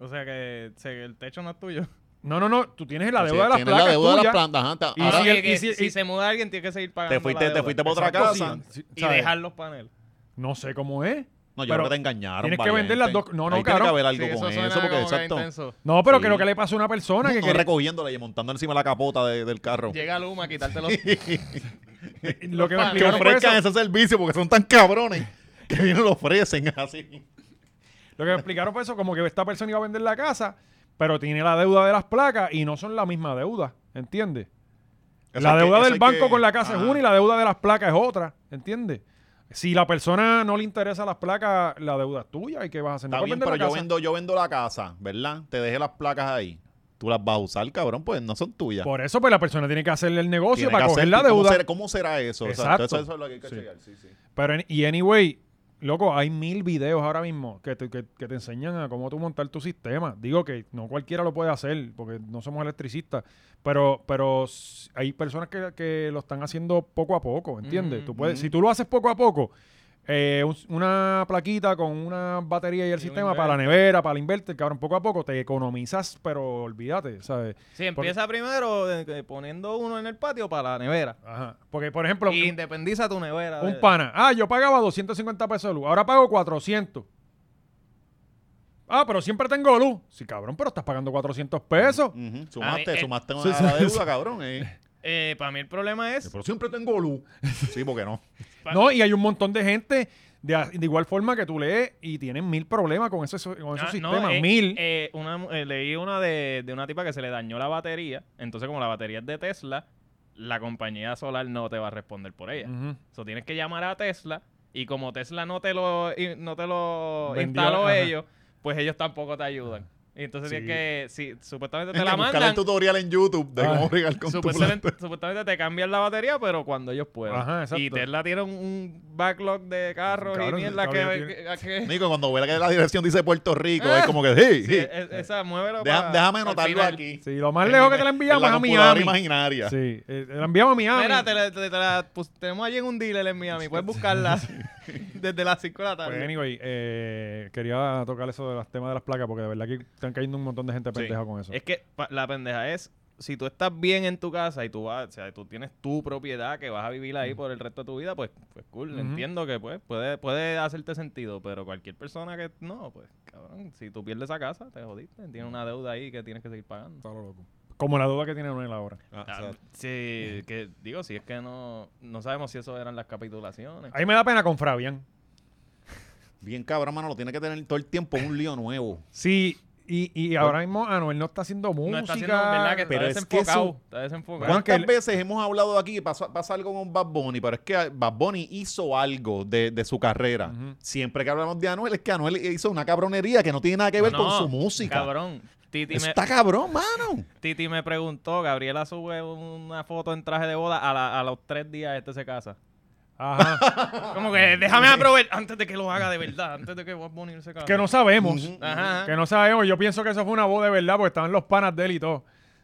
B: O sea que, se- el techo no es tuyo.
A: No, no, no. Tú tienes la
C: Sí,
A: deuda de las
C: tienes
A: placas.
C: la deuda de las
A: tuya.
C: plantas. ajá, está-
A: Y
C: ahora
A: si el- y si- y-
B: se muda alguien, tiene que seguir pagando.
C: te fuiste,
B: la
C: te
B: deuda.
C: fuiste para otra
A: Exacto,
C: casa.
A: sí, sí,
B: Y
A: ¿sabes?
B: dejar los paneles.
A: No sé cómo es.
C: No,
A: Pero
C: yo creo que te engañaron.
A: tienes que
C: valiente.
A: vender las dos- no, no,
C: Ahí tiene que
A: cabrón.
C: haber algo
B: Sí,
C: con
B: suena
C: eso, porque
B: como que
C: exacto.
B: intenso.
A: No, pero
C: Sí.
A: que lo que le pasa a una persona que
C: No,
A: quería-
C: recogiéndola y montándola encima de la capota de- del carro.
B: Llega Luma a quitarte los...
A: lo que me
B: Que
C: que
A: explicaron fue eso.
C: ofrezcan ese servicio porque son tan cabrones que vienen y lo ofrecen así.
A: Lo que me explicaron fue eso, como que esta persona iba a vender la casa, pero tiene la deuda de las placas y no son la misma deuda, ¿entiendes?
C: Eso
A: la
C: hay que-
A: deuda
C: eso
A: del
C: hay
A: banco
C: que-
A: con la casa es
C: Ajá.
A: una y la deuda de las placas es otra, ¿entiendes? Si la persona no le interesa las placas, la deuda es tuya y qué vas a hacer. No
C: Está
A: puedes
C: bien,
A: vender
C: pero
A: la
C: yo
A: casa.
C: vendo, yo vendo la casa, ¿verdad? Te dejé las placas ahí. Tú las vas a usar, cabrón, pues no son tuyas.
A: Por eso, pues la persona tiene que hacerle el negocio
C: Tiene
A: para
C: que
A: coger
C: hacer-
A: la
C: ¿cómo
A: deuda.
C: será- ¿Cómo será eso?
A: Exacto.
C: Exacto. Eso, eso es lo que hay que chequear, sí, sí.
A: Pero, en- y anyway, loco, hay mil videos ahora mismo que te, que- que te enseñan a cómo tú montar tu sistema. Digo que no cualquiera lo puede hacer, porque no somos electricistas, pero, pero s- hay personas que, que lo están haciendo poco a poco, ¿entiendes?
B: Ujú,
A: tú puedes,
C: ujú.
A: Si tú lo haces poco a poco, eh, un- una plaquita con una batería y el
B: un
A: sistema para la nevera, para el inverter, cabrón, poco a poco te economizas, pero olvídate, ¿sabes?
B: Sí, empieza primero eh, poniendo uno en el patio para la nevera.
A: Ajá. Porque, por ejemplo,
B: Y independiza tu nevera.
A: Un
B: de-
A: pana. Ah, yo pagaba 250 pesos de luz. Ahora pago 400. Ah, pero siempre tengo luz. Sí, cabrón, pero estás pagando 400 pesos.
C: Ujú,
B: A
C: Sumaste,
B: mí, eh,
C: sumaste una
A: sí, sí,
C: la
A: sí.
C: deuda, cabrón. eh.
B: Eh, para mí el problema es...
C: Pero siempre tengo luz. Sí, porque no.
B: mm.
A: No, y hay un montón de gente de, a- de igual forma que tú lees y tienen mil problemas con, ese, con esos
B: Ah, no,
A: sistemas.
B: eh,
A: mil.
B: eh, una mu- eh, leí una de, de una tipa que se le dañó la batería. Entonces, como la batería es de Tesla, la compañía solar no te va a responder por ella.
A: Ujú.
B: So, tienes que llamar a Tesla y como Tesla no te lo, i- no te lo
A: Vendió,
B: instaló
A: ajá. Ah.
B: ellos, pues ellos tampoco te ayudan. Y entonces
A: Sí.
B: tienes que, si supuestamente te
C: Buscar
B: la mandan,
C: el tutorial en YouTube de
A: Ah.
C: cómo regar con tu
B: supuestamente, supuestamente te cambian la batería, pero cuando ellos puedan.
A: Ajá, exacto.
B: y Tesla tiene un, un backlog de carros
A: Cabrón,
B: y mierda que...
A: todavía
B: que- que-
C: Nico, cuando vea que la dirección dice Puerto Rico,
B: Ah.
C: es como que, sí,
B: sí,
C: sí.
A: eh,
B: es- esa, muévelo
C: Deja-
B: pa-
C: déjame
B: al
C: anotarlo
B: final.
C: aquí.
A: Sí, lo más lejos que te la
C: En
A: enviamos
C: la
A: es a
C: computadora
A: Miami.
C: imaginaria.
A: Sí, eh, la enviamos a Miami.
B: Mira, te la, te la- pues, tenemos allí en un dealer en Miami. Puedes buscarla desde las 5 de la
A: Pues,
B: tarde.
A: anyway, eh, quería tocar eso de los temas de las placas porque de verdad que están cayendo un montón de gente pendeja con eso.
B: es que pa- la pendeja es si tú estás bien en tu casa y tú vas, o sea, tú tienes tu propiedad que vas a vivir ahí por el resto de tu vida, pues, pues cool.
A: Ujú.
B: Entiendo que pues puede, puede hacerte sentido, pero cualquier persona que no, pues cabrón, si tú pierdes esa casa, te jodiste, tienes una deuda ahí que tienes que seguir pagando.
A: Está lo loco. Como la duda que tiene Noel ahora.
B: Ah, sí, que digo, si es que no, no sabemos si eso eran las capitulaciones.
A: Ahí me da pena con Fabián.
C: Bien cabrón, mano, lo tiene que tener todo el tiempo un lío nuevo.
A: Sí, y, y ahora mismo Anuel no está haciendo música.
B: No está haciendo, ¿verdad? Que está
C: pero es que
B: desenfocado.
C: eso-
B: Está desenfocado.
A: Bueno, Pues que
C: ¿Cuántas
A: el-
C: veces hemos hablado aquí que pasó- pasa algo con Bad Bunny? Pero es que Bad Bunny hizo algo de, de su carrera.
A: Ujú.
C: Siempre que hablamos de Anuel, es que Anuel hizo una cabronería que no tiene nada que ver
B: No,
C: con su música.
B: Cabrón. Titi
C: Eso
B: me,
C: Está cabrón, mano.
B: Titi me preguntó, Gabriela sube una foto en traje de boda, a, la- a los tres días este se casa.
A: Ajá.
B: Como que déjame aprovechar antes de que lo haga de verdad, antes de que Bad Bunny se case.
A: que no sabemos.
C: Ujú.
B: Ajá.
A: Que no sabemos. Yo pienso que eso fue una voz de verdad porque estaban los panas de él y todo.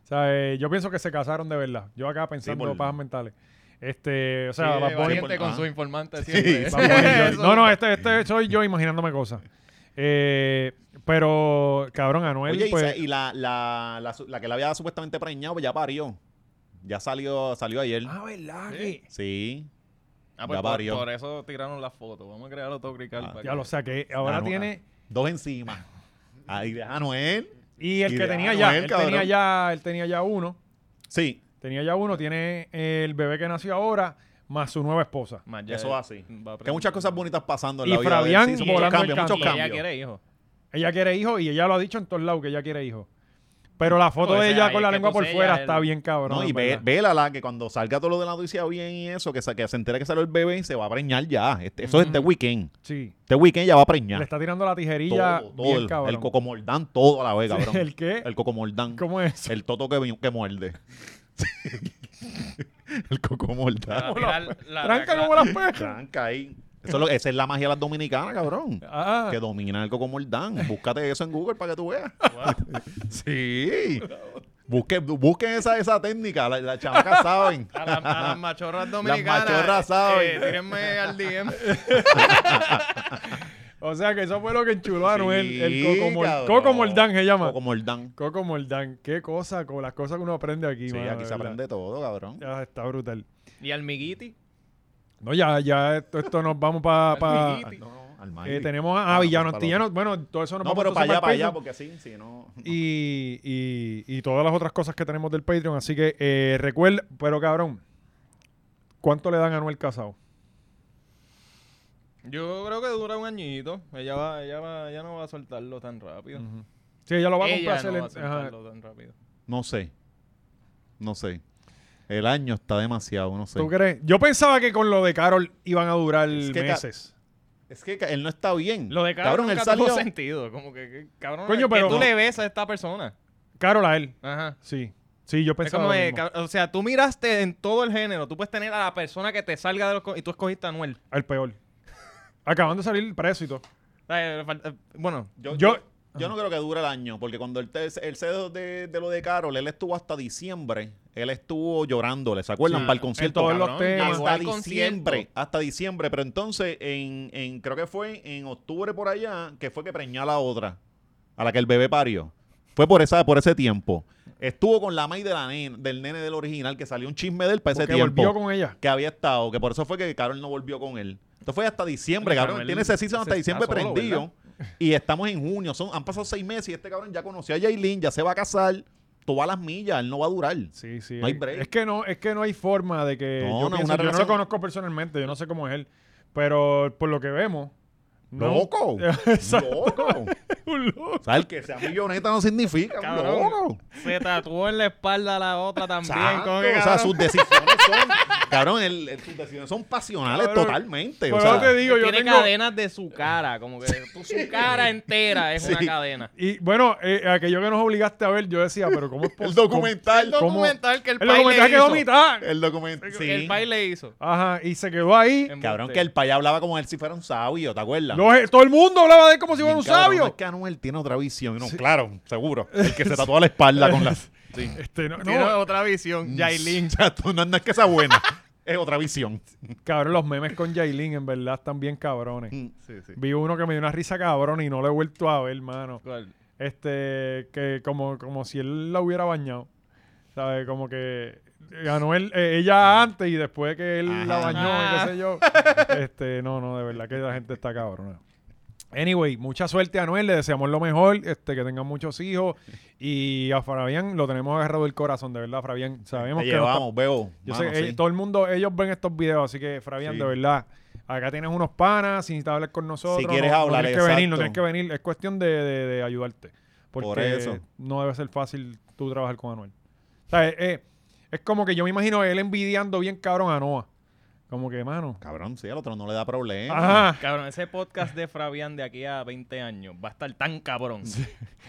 A: O sea, eh, yo pienso que se casaron de verdad. Yo acá pensando
C: por-
A: pajas mentales. Este, o sea, Bad Bunny-
B: valiente
C: por-
B: con
C: ah.
B: su informante siempre.
A: Bad Bunny, yo-
B: Eso-
A: no, no, este, este soy yo imaginándome cosas. Eh, pero, cabrón, Anuel,
C: Oye, y
A: pues,
C: se- y, la, la, la, su- la que la había supuestamente preñado, pues ya parió. Ya salió, salió ayer.
A: Ah, ¿verdad?
B: Sí.
C: Sí.
B: Ah, pues
C: Ya
B: por,
C: varió.
B: por eso tiraron la foto. Vamos a crear otro crical.
C: Ah,
B: para
A: Ya
B: que-
A: lo saqué. Ahora
C: Anuel-
A: tiene...
C: Dos encima. Ahí de Anuel.
A: Y el
C: y
A: que
C: de
A: tenía
C: Anuel,
A: ya, él
C: cabrón.
A: tenía ya, él tenía ya uno.
C: Sí.
A: Tenía ya uno, tiene el bebé que nació ahora, más su nueva esposa.
B: Más ya
C: Eso
B: él
C: así.
B: va a
C: Que hay muchas cosas bonitas pasando en
A: Y
C: la vida. de él.
A: Fabián
C: Sí, son
A: volando
C: muchos
A: el
C: cambios,
A: canto.
C: muchos
B: aprender. Y
C: cambios.
B: ella quiere hijo.
A: Ella quiere hijos y ella lo ha dicho en todos lados que ella quiere hijos. Pero la foto de
B: Pues, o sea,
A: ella
B: ahí
A: con la
B: es que
A: lengua
B: tú
A: por
B: sellas
A: fuera
B: el-
A: está bien cabrón.
C: No, y
A: en
C: ve,
A: verdad.
C: vélala, que cuando salga todo lo de la noticia bien y eso, que se, que se entere que salió el bebé y se va a preñar ya. Este- eso es este weekend.
A: Sí.
C: Este weekend ya va a
A: Le
C: preñar.
A: está tirando la tijerilla
C: Todo,
A: bien
C: todo.
A: cabrón.
C: el cocomordán, todo a la vez, cabrón.
A: ¿El qué?
C: El cocomordán.
A: ¿Cómo es?
C: El toto que, que muerde. el cocomordán.
A: Tranca como las perras.
C: Tranca ahí. Eso es lo- esa es la magia de las dominicanas, cabrón.
A: Ah,
C: Que domina el cocomordán. Búscate eso en Google para que tú veas. Sí. Busquen, busquen esa, esa técnica. La- Las chamacas saben.
B: A, la- a las machorras dominicanas.
C: machorras saben.
B: eh, tírenme al DM.
A: o sea que eso fue lo que enchuló a Anuel. el
C: Sí,
A: Coco, Mor-
C: cabrón.
A: Coco Mordán se llama. Coco,
C: Cocomordán.
A: Mordán. Qué cosa, con las cosas que uno aprende aquí.
C: Sí,
A: mano,
C: aquí
A: de
C: se
A: verdad.
C: aprende todo, cabrón.
A: Ya está brutal.
B: Y al Miguiti.
A: No, ya, ya, esto, esto nos vamos para...
B: Al Miguiti.
C: Ah, No,
A: Eh, tenemos a, a
C: Ah,
A: Villano
C: vamos pa'
A: Antillano. Bueno, todo eso nos
C: No,
A: vamos
C: pero para allá,
A: entonces
C: para
A: el
C: allá,
A: Patreon.
C: porque sí, si no.
A: y, y- y todas las otras cosas que tenemos del Patreon. Así que eh, recuerda, pero cabrón, ¿cuánto le dan a Noel Casado?
B: Yo creo que dura un añito. Ella va, ella va, ella no va a soltarlo tan rápido.
A: Sí, ella lo va a
B: ella
A: comprar.
B: no va a
A: se le- ajá.
B: soltarlo tan rápido.
C: No sé. No sé. El año está demasiado, no sé.
A: ¿Tú crees? Yo pensaba que con lo de Carol iban a durar
C: Es que ca-
A: meses.
C: Es que ca- él no está bien.
B: Lo de cabrón,
C: él
B: nunca
C: salió.
B: tuvo sentido. Como que, que- cabrón,
A: Coño,
B: ¿qué
A: pero-
B: tú le ves a esta persona?
A: Carol a él,
B: Ajá.
A: sí. Sí, yo
B: Es
A: pensaba.
B: como
A: lo
B: de,
A: Pues mismo.
B: cab- o sea, tú miraste en todo el género. Tú puedes tener a la persona que te salga de los... co- Y tú escogiste a Anuel.
A: Al peor. Acabando de salir preso y todo.
B: O sea, le falta- Bueno,
C: Yo,
A: Yo-
C: yo, yo no creo que dure el año, porque cuando él, te- él se dio de, de lo de Carol, él estuvo hasta diciembre. Él estuvo llorándole, ¿se acuerdan?
B: Sí,
C: para el
A: En
C: concierto.
A: todos
B: cabrón,
A: los temas.
B: llegó
C: hasta
B: al concierto.
C: diciembre, hasta diciembre, pero entonces en, en- creo que fue en octubre por allá que fue que preñó a la otra, a la que el bebé parió. Fue por esa por ese tiempo. Estuvo con la maíz de la nena, del nene del original que salió un chisme de él para ese
A: Porque
C: tiempo
A: volvió con ella.
C: que había estado, que por eso fue que Carol no volvió con él. Esto fue hasta diciembre,
B: Pero
C: cabrón.
B: él
C: Tiene ese season hasta
B: se está
C: diciembre
B: solo,
C: prendido. Y estamos en junio. Son, han pasado seis meses y este cabrón ya conoció a Jaylin, ya se va a casar. Todas las millas, él no va a durar.
A: Sí, sí.
C: No hay
A: es-
C: break.
A: Es que no, es que no hay forma de que.
C: No,
A: yo, pienso-
C: no, una
A: yo no lo
C: relación-
A: conozco personalmente, yo no sé cómo es él. Pero por lo que vemos. no-
C: ¡Loco!
A: Exacto.
C: ¡Loco!
A: Un loco.
C: O sea, el que sea milloneta no significa un
B: Cabrón.
C: loco.
B: se tatuó en la espalda a la otra también.
C: Exacto.
B: con
C: o sea, sus decisiones son... cabrón, el- el- sus decisiones son pasionales
A: Cabrón.
C: totalmente.
A: Pero
C: o sea,
A: te digo, yo
B: tiene
A: tengo-
B: cadenas de su cara, como que tú- su cara entera es una
C: Sí.
B: cadena.
A: Y bueno, eh, aquello que nos obligaste a ver, yo decía, pero ¿cómo es
C: el
A: posible?
C: documental...
A: ¿Cómo?
B: documental que el,
A: El
B: país le
A: documental quedó a
B: hizo.
A: mitad.
C: El documental...
B: Que El país le hizo.
A: Ajá, y se quedó ahí.
B: En
C: Cabrón,
B: Monte.
C: que el paya hablaba como él si fuera un sabio, ¿te acuerdas?
A: Los- todo el mundo hablaba de él como si
C: Bien,
A: fuera un
C: cabrón,
A: sabio.
C: Es que Anuel tiene otra visión. No, claro, seguro. El que se tatúa la espalda con las.
A: Este, no, no,
B: Tiene otra
C: Mm.
B: visión. Yailin.
C: O sea, tú no, no es que sea buena. es otra visión.
A: Cabrón, los memes con Jailin en verdad están bien cabrones.
C: Mm. Sí, sí.
A: Vi uno que me dio una risa cabrón y no lo he vuelto a ver, mano. Este, que como, como si él la hubiera bañado. O ¿Sabes? Como que ganó él, eh, ella antes y después que él la
C: Ajá.
A: bañó y
B: Ah.
A: qué sé yo. Este, no, no, de verdad que la gente está cabrona. Anyway, mucha suerte a Anuel, le deseamos lo mejor, este, que tengan muchos hijos. Y a Fabián lo tenemos agarrado del corazón, de verdad, Fabián. Sabemos
C: Te
A: que no está-
C: llevamos, bebo.
A: yo
C: Mano,
A: sé que eh,
C: sí.
A: ellos- todo el mundo, ellos ven estos videos, así que, Fabián,
C: Sí.
A: de verdad, acá tienes unos panas, si necesitas hablar con nosotros.
C: Si quieres
A: no, no
C: hablar,
A: tienes que venir, no
C: exacto.
A: tienes que venir. Es cuestión de, de- de ayudarte. Porque
C: Por eso.
A: no debe ser fácil tú trabajar con Anuel. O sea, eh, eh, es como que yo me imagino él envidiando bien cabrón a Noah. Como que, mano.
C: Cabrón, sí, al otro no le da problema.
A: Ajá.
B: Cabrón, ese podcast de Fabián de aquí a 20 años va a estar tan cabrón.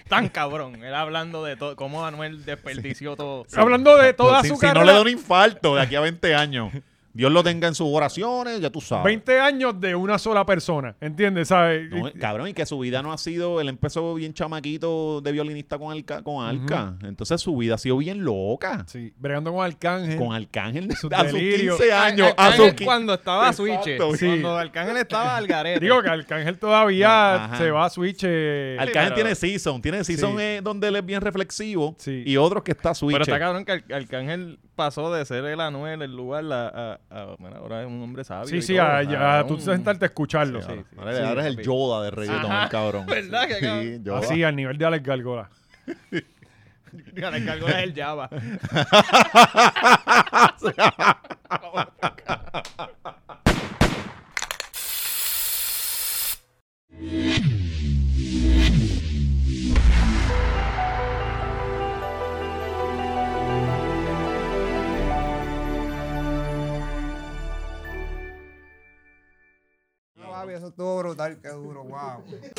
B: Tan cabrón. Él hablando de todo, cómo Manuel desperdició todo.
A: Hablando de toda
C: si,
A: su
C: si
A: carrera.
C: no le da un infarto de aquí a 20 años, Dios lo tenga en sus oraciones, ya tú sabes.
A: 20 años de una sola persona, ¿entiendes? ¿Sabes?
C: No, eh,
A: Y-
C: cabrón, y que su vida no ha sido. Él empezó bien chamaquito de violinista con, Alca, con Alca. Entonces su vida ha sido bien loca.
A: sí, bregando con Arcángel.
C: Con Arcángel
A: Sus
C: a sus
A: delirios.
C: 15 años. a
B: Arcángel
C: sus qui-
B: cuando estaba
C: Exacto,
B: Switch.
C: sí.
B: Cuando Arcángel estaba al garete.
A: Digo que Arcángel todavía
C: No, ajá.
A: se va a Switch. eh,
C: Arcángel
B: pero-
C: tiene season. Tiene season
A: Sí.
C: eh, donde él es bien reflexivo.
A: Sí.
C: Y otros que está switch.
B: Pero está cabrón que Ar- Arcángel pasó de ser el Anuel, el lugar, a, a- a- bueno, ahora es un hombre sabio.
A: Sí,
B: y
A: sí,
B: todo,
A: a, a-
B: cabrón.
A: a tú sentarte a escucharlo.
B: Sí, sí.
C: Ahora, ahora es el
B: papi.
C: Yoda de reggaetón, el cabrón.
B: ¿Verdad que cabrón?
C: Sí, Yoda.
A: Así, al nivel de Alex Gargola.
B: Mira, el cargo es el Java.
H: Ah, papi, eso estuvo brutal, qué duro, wow.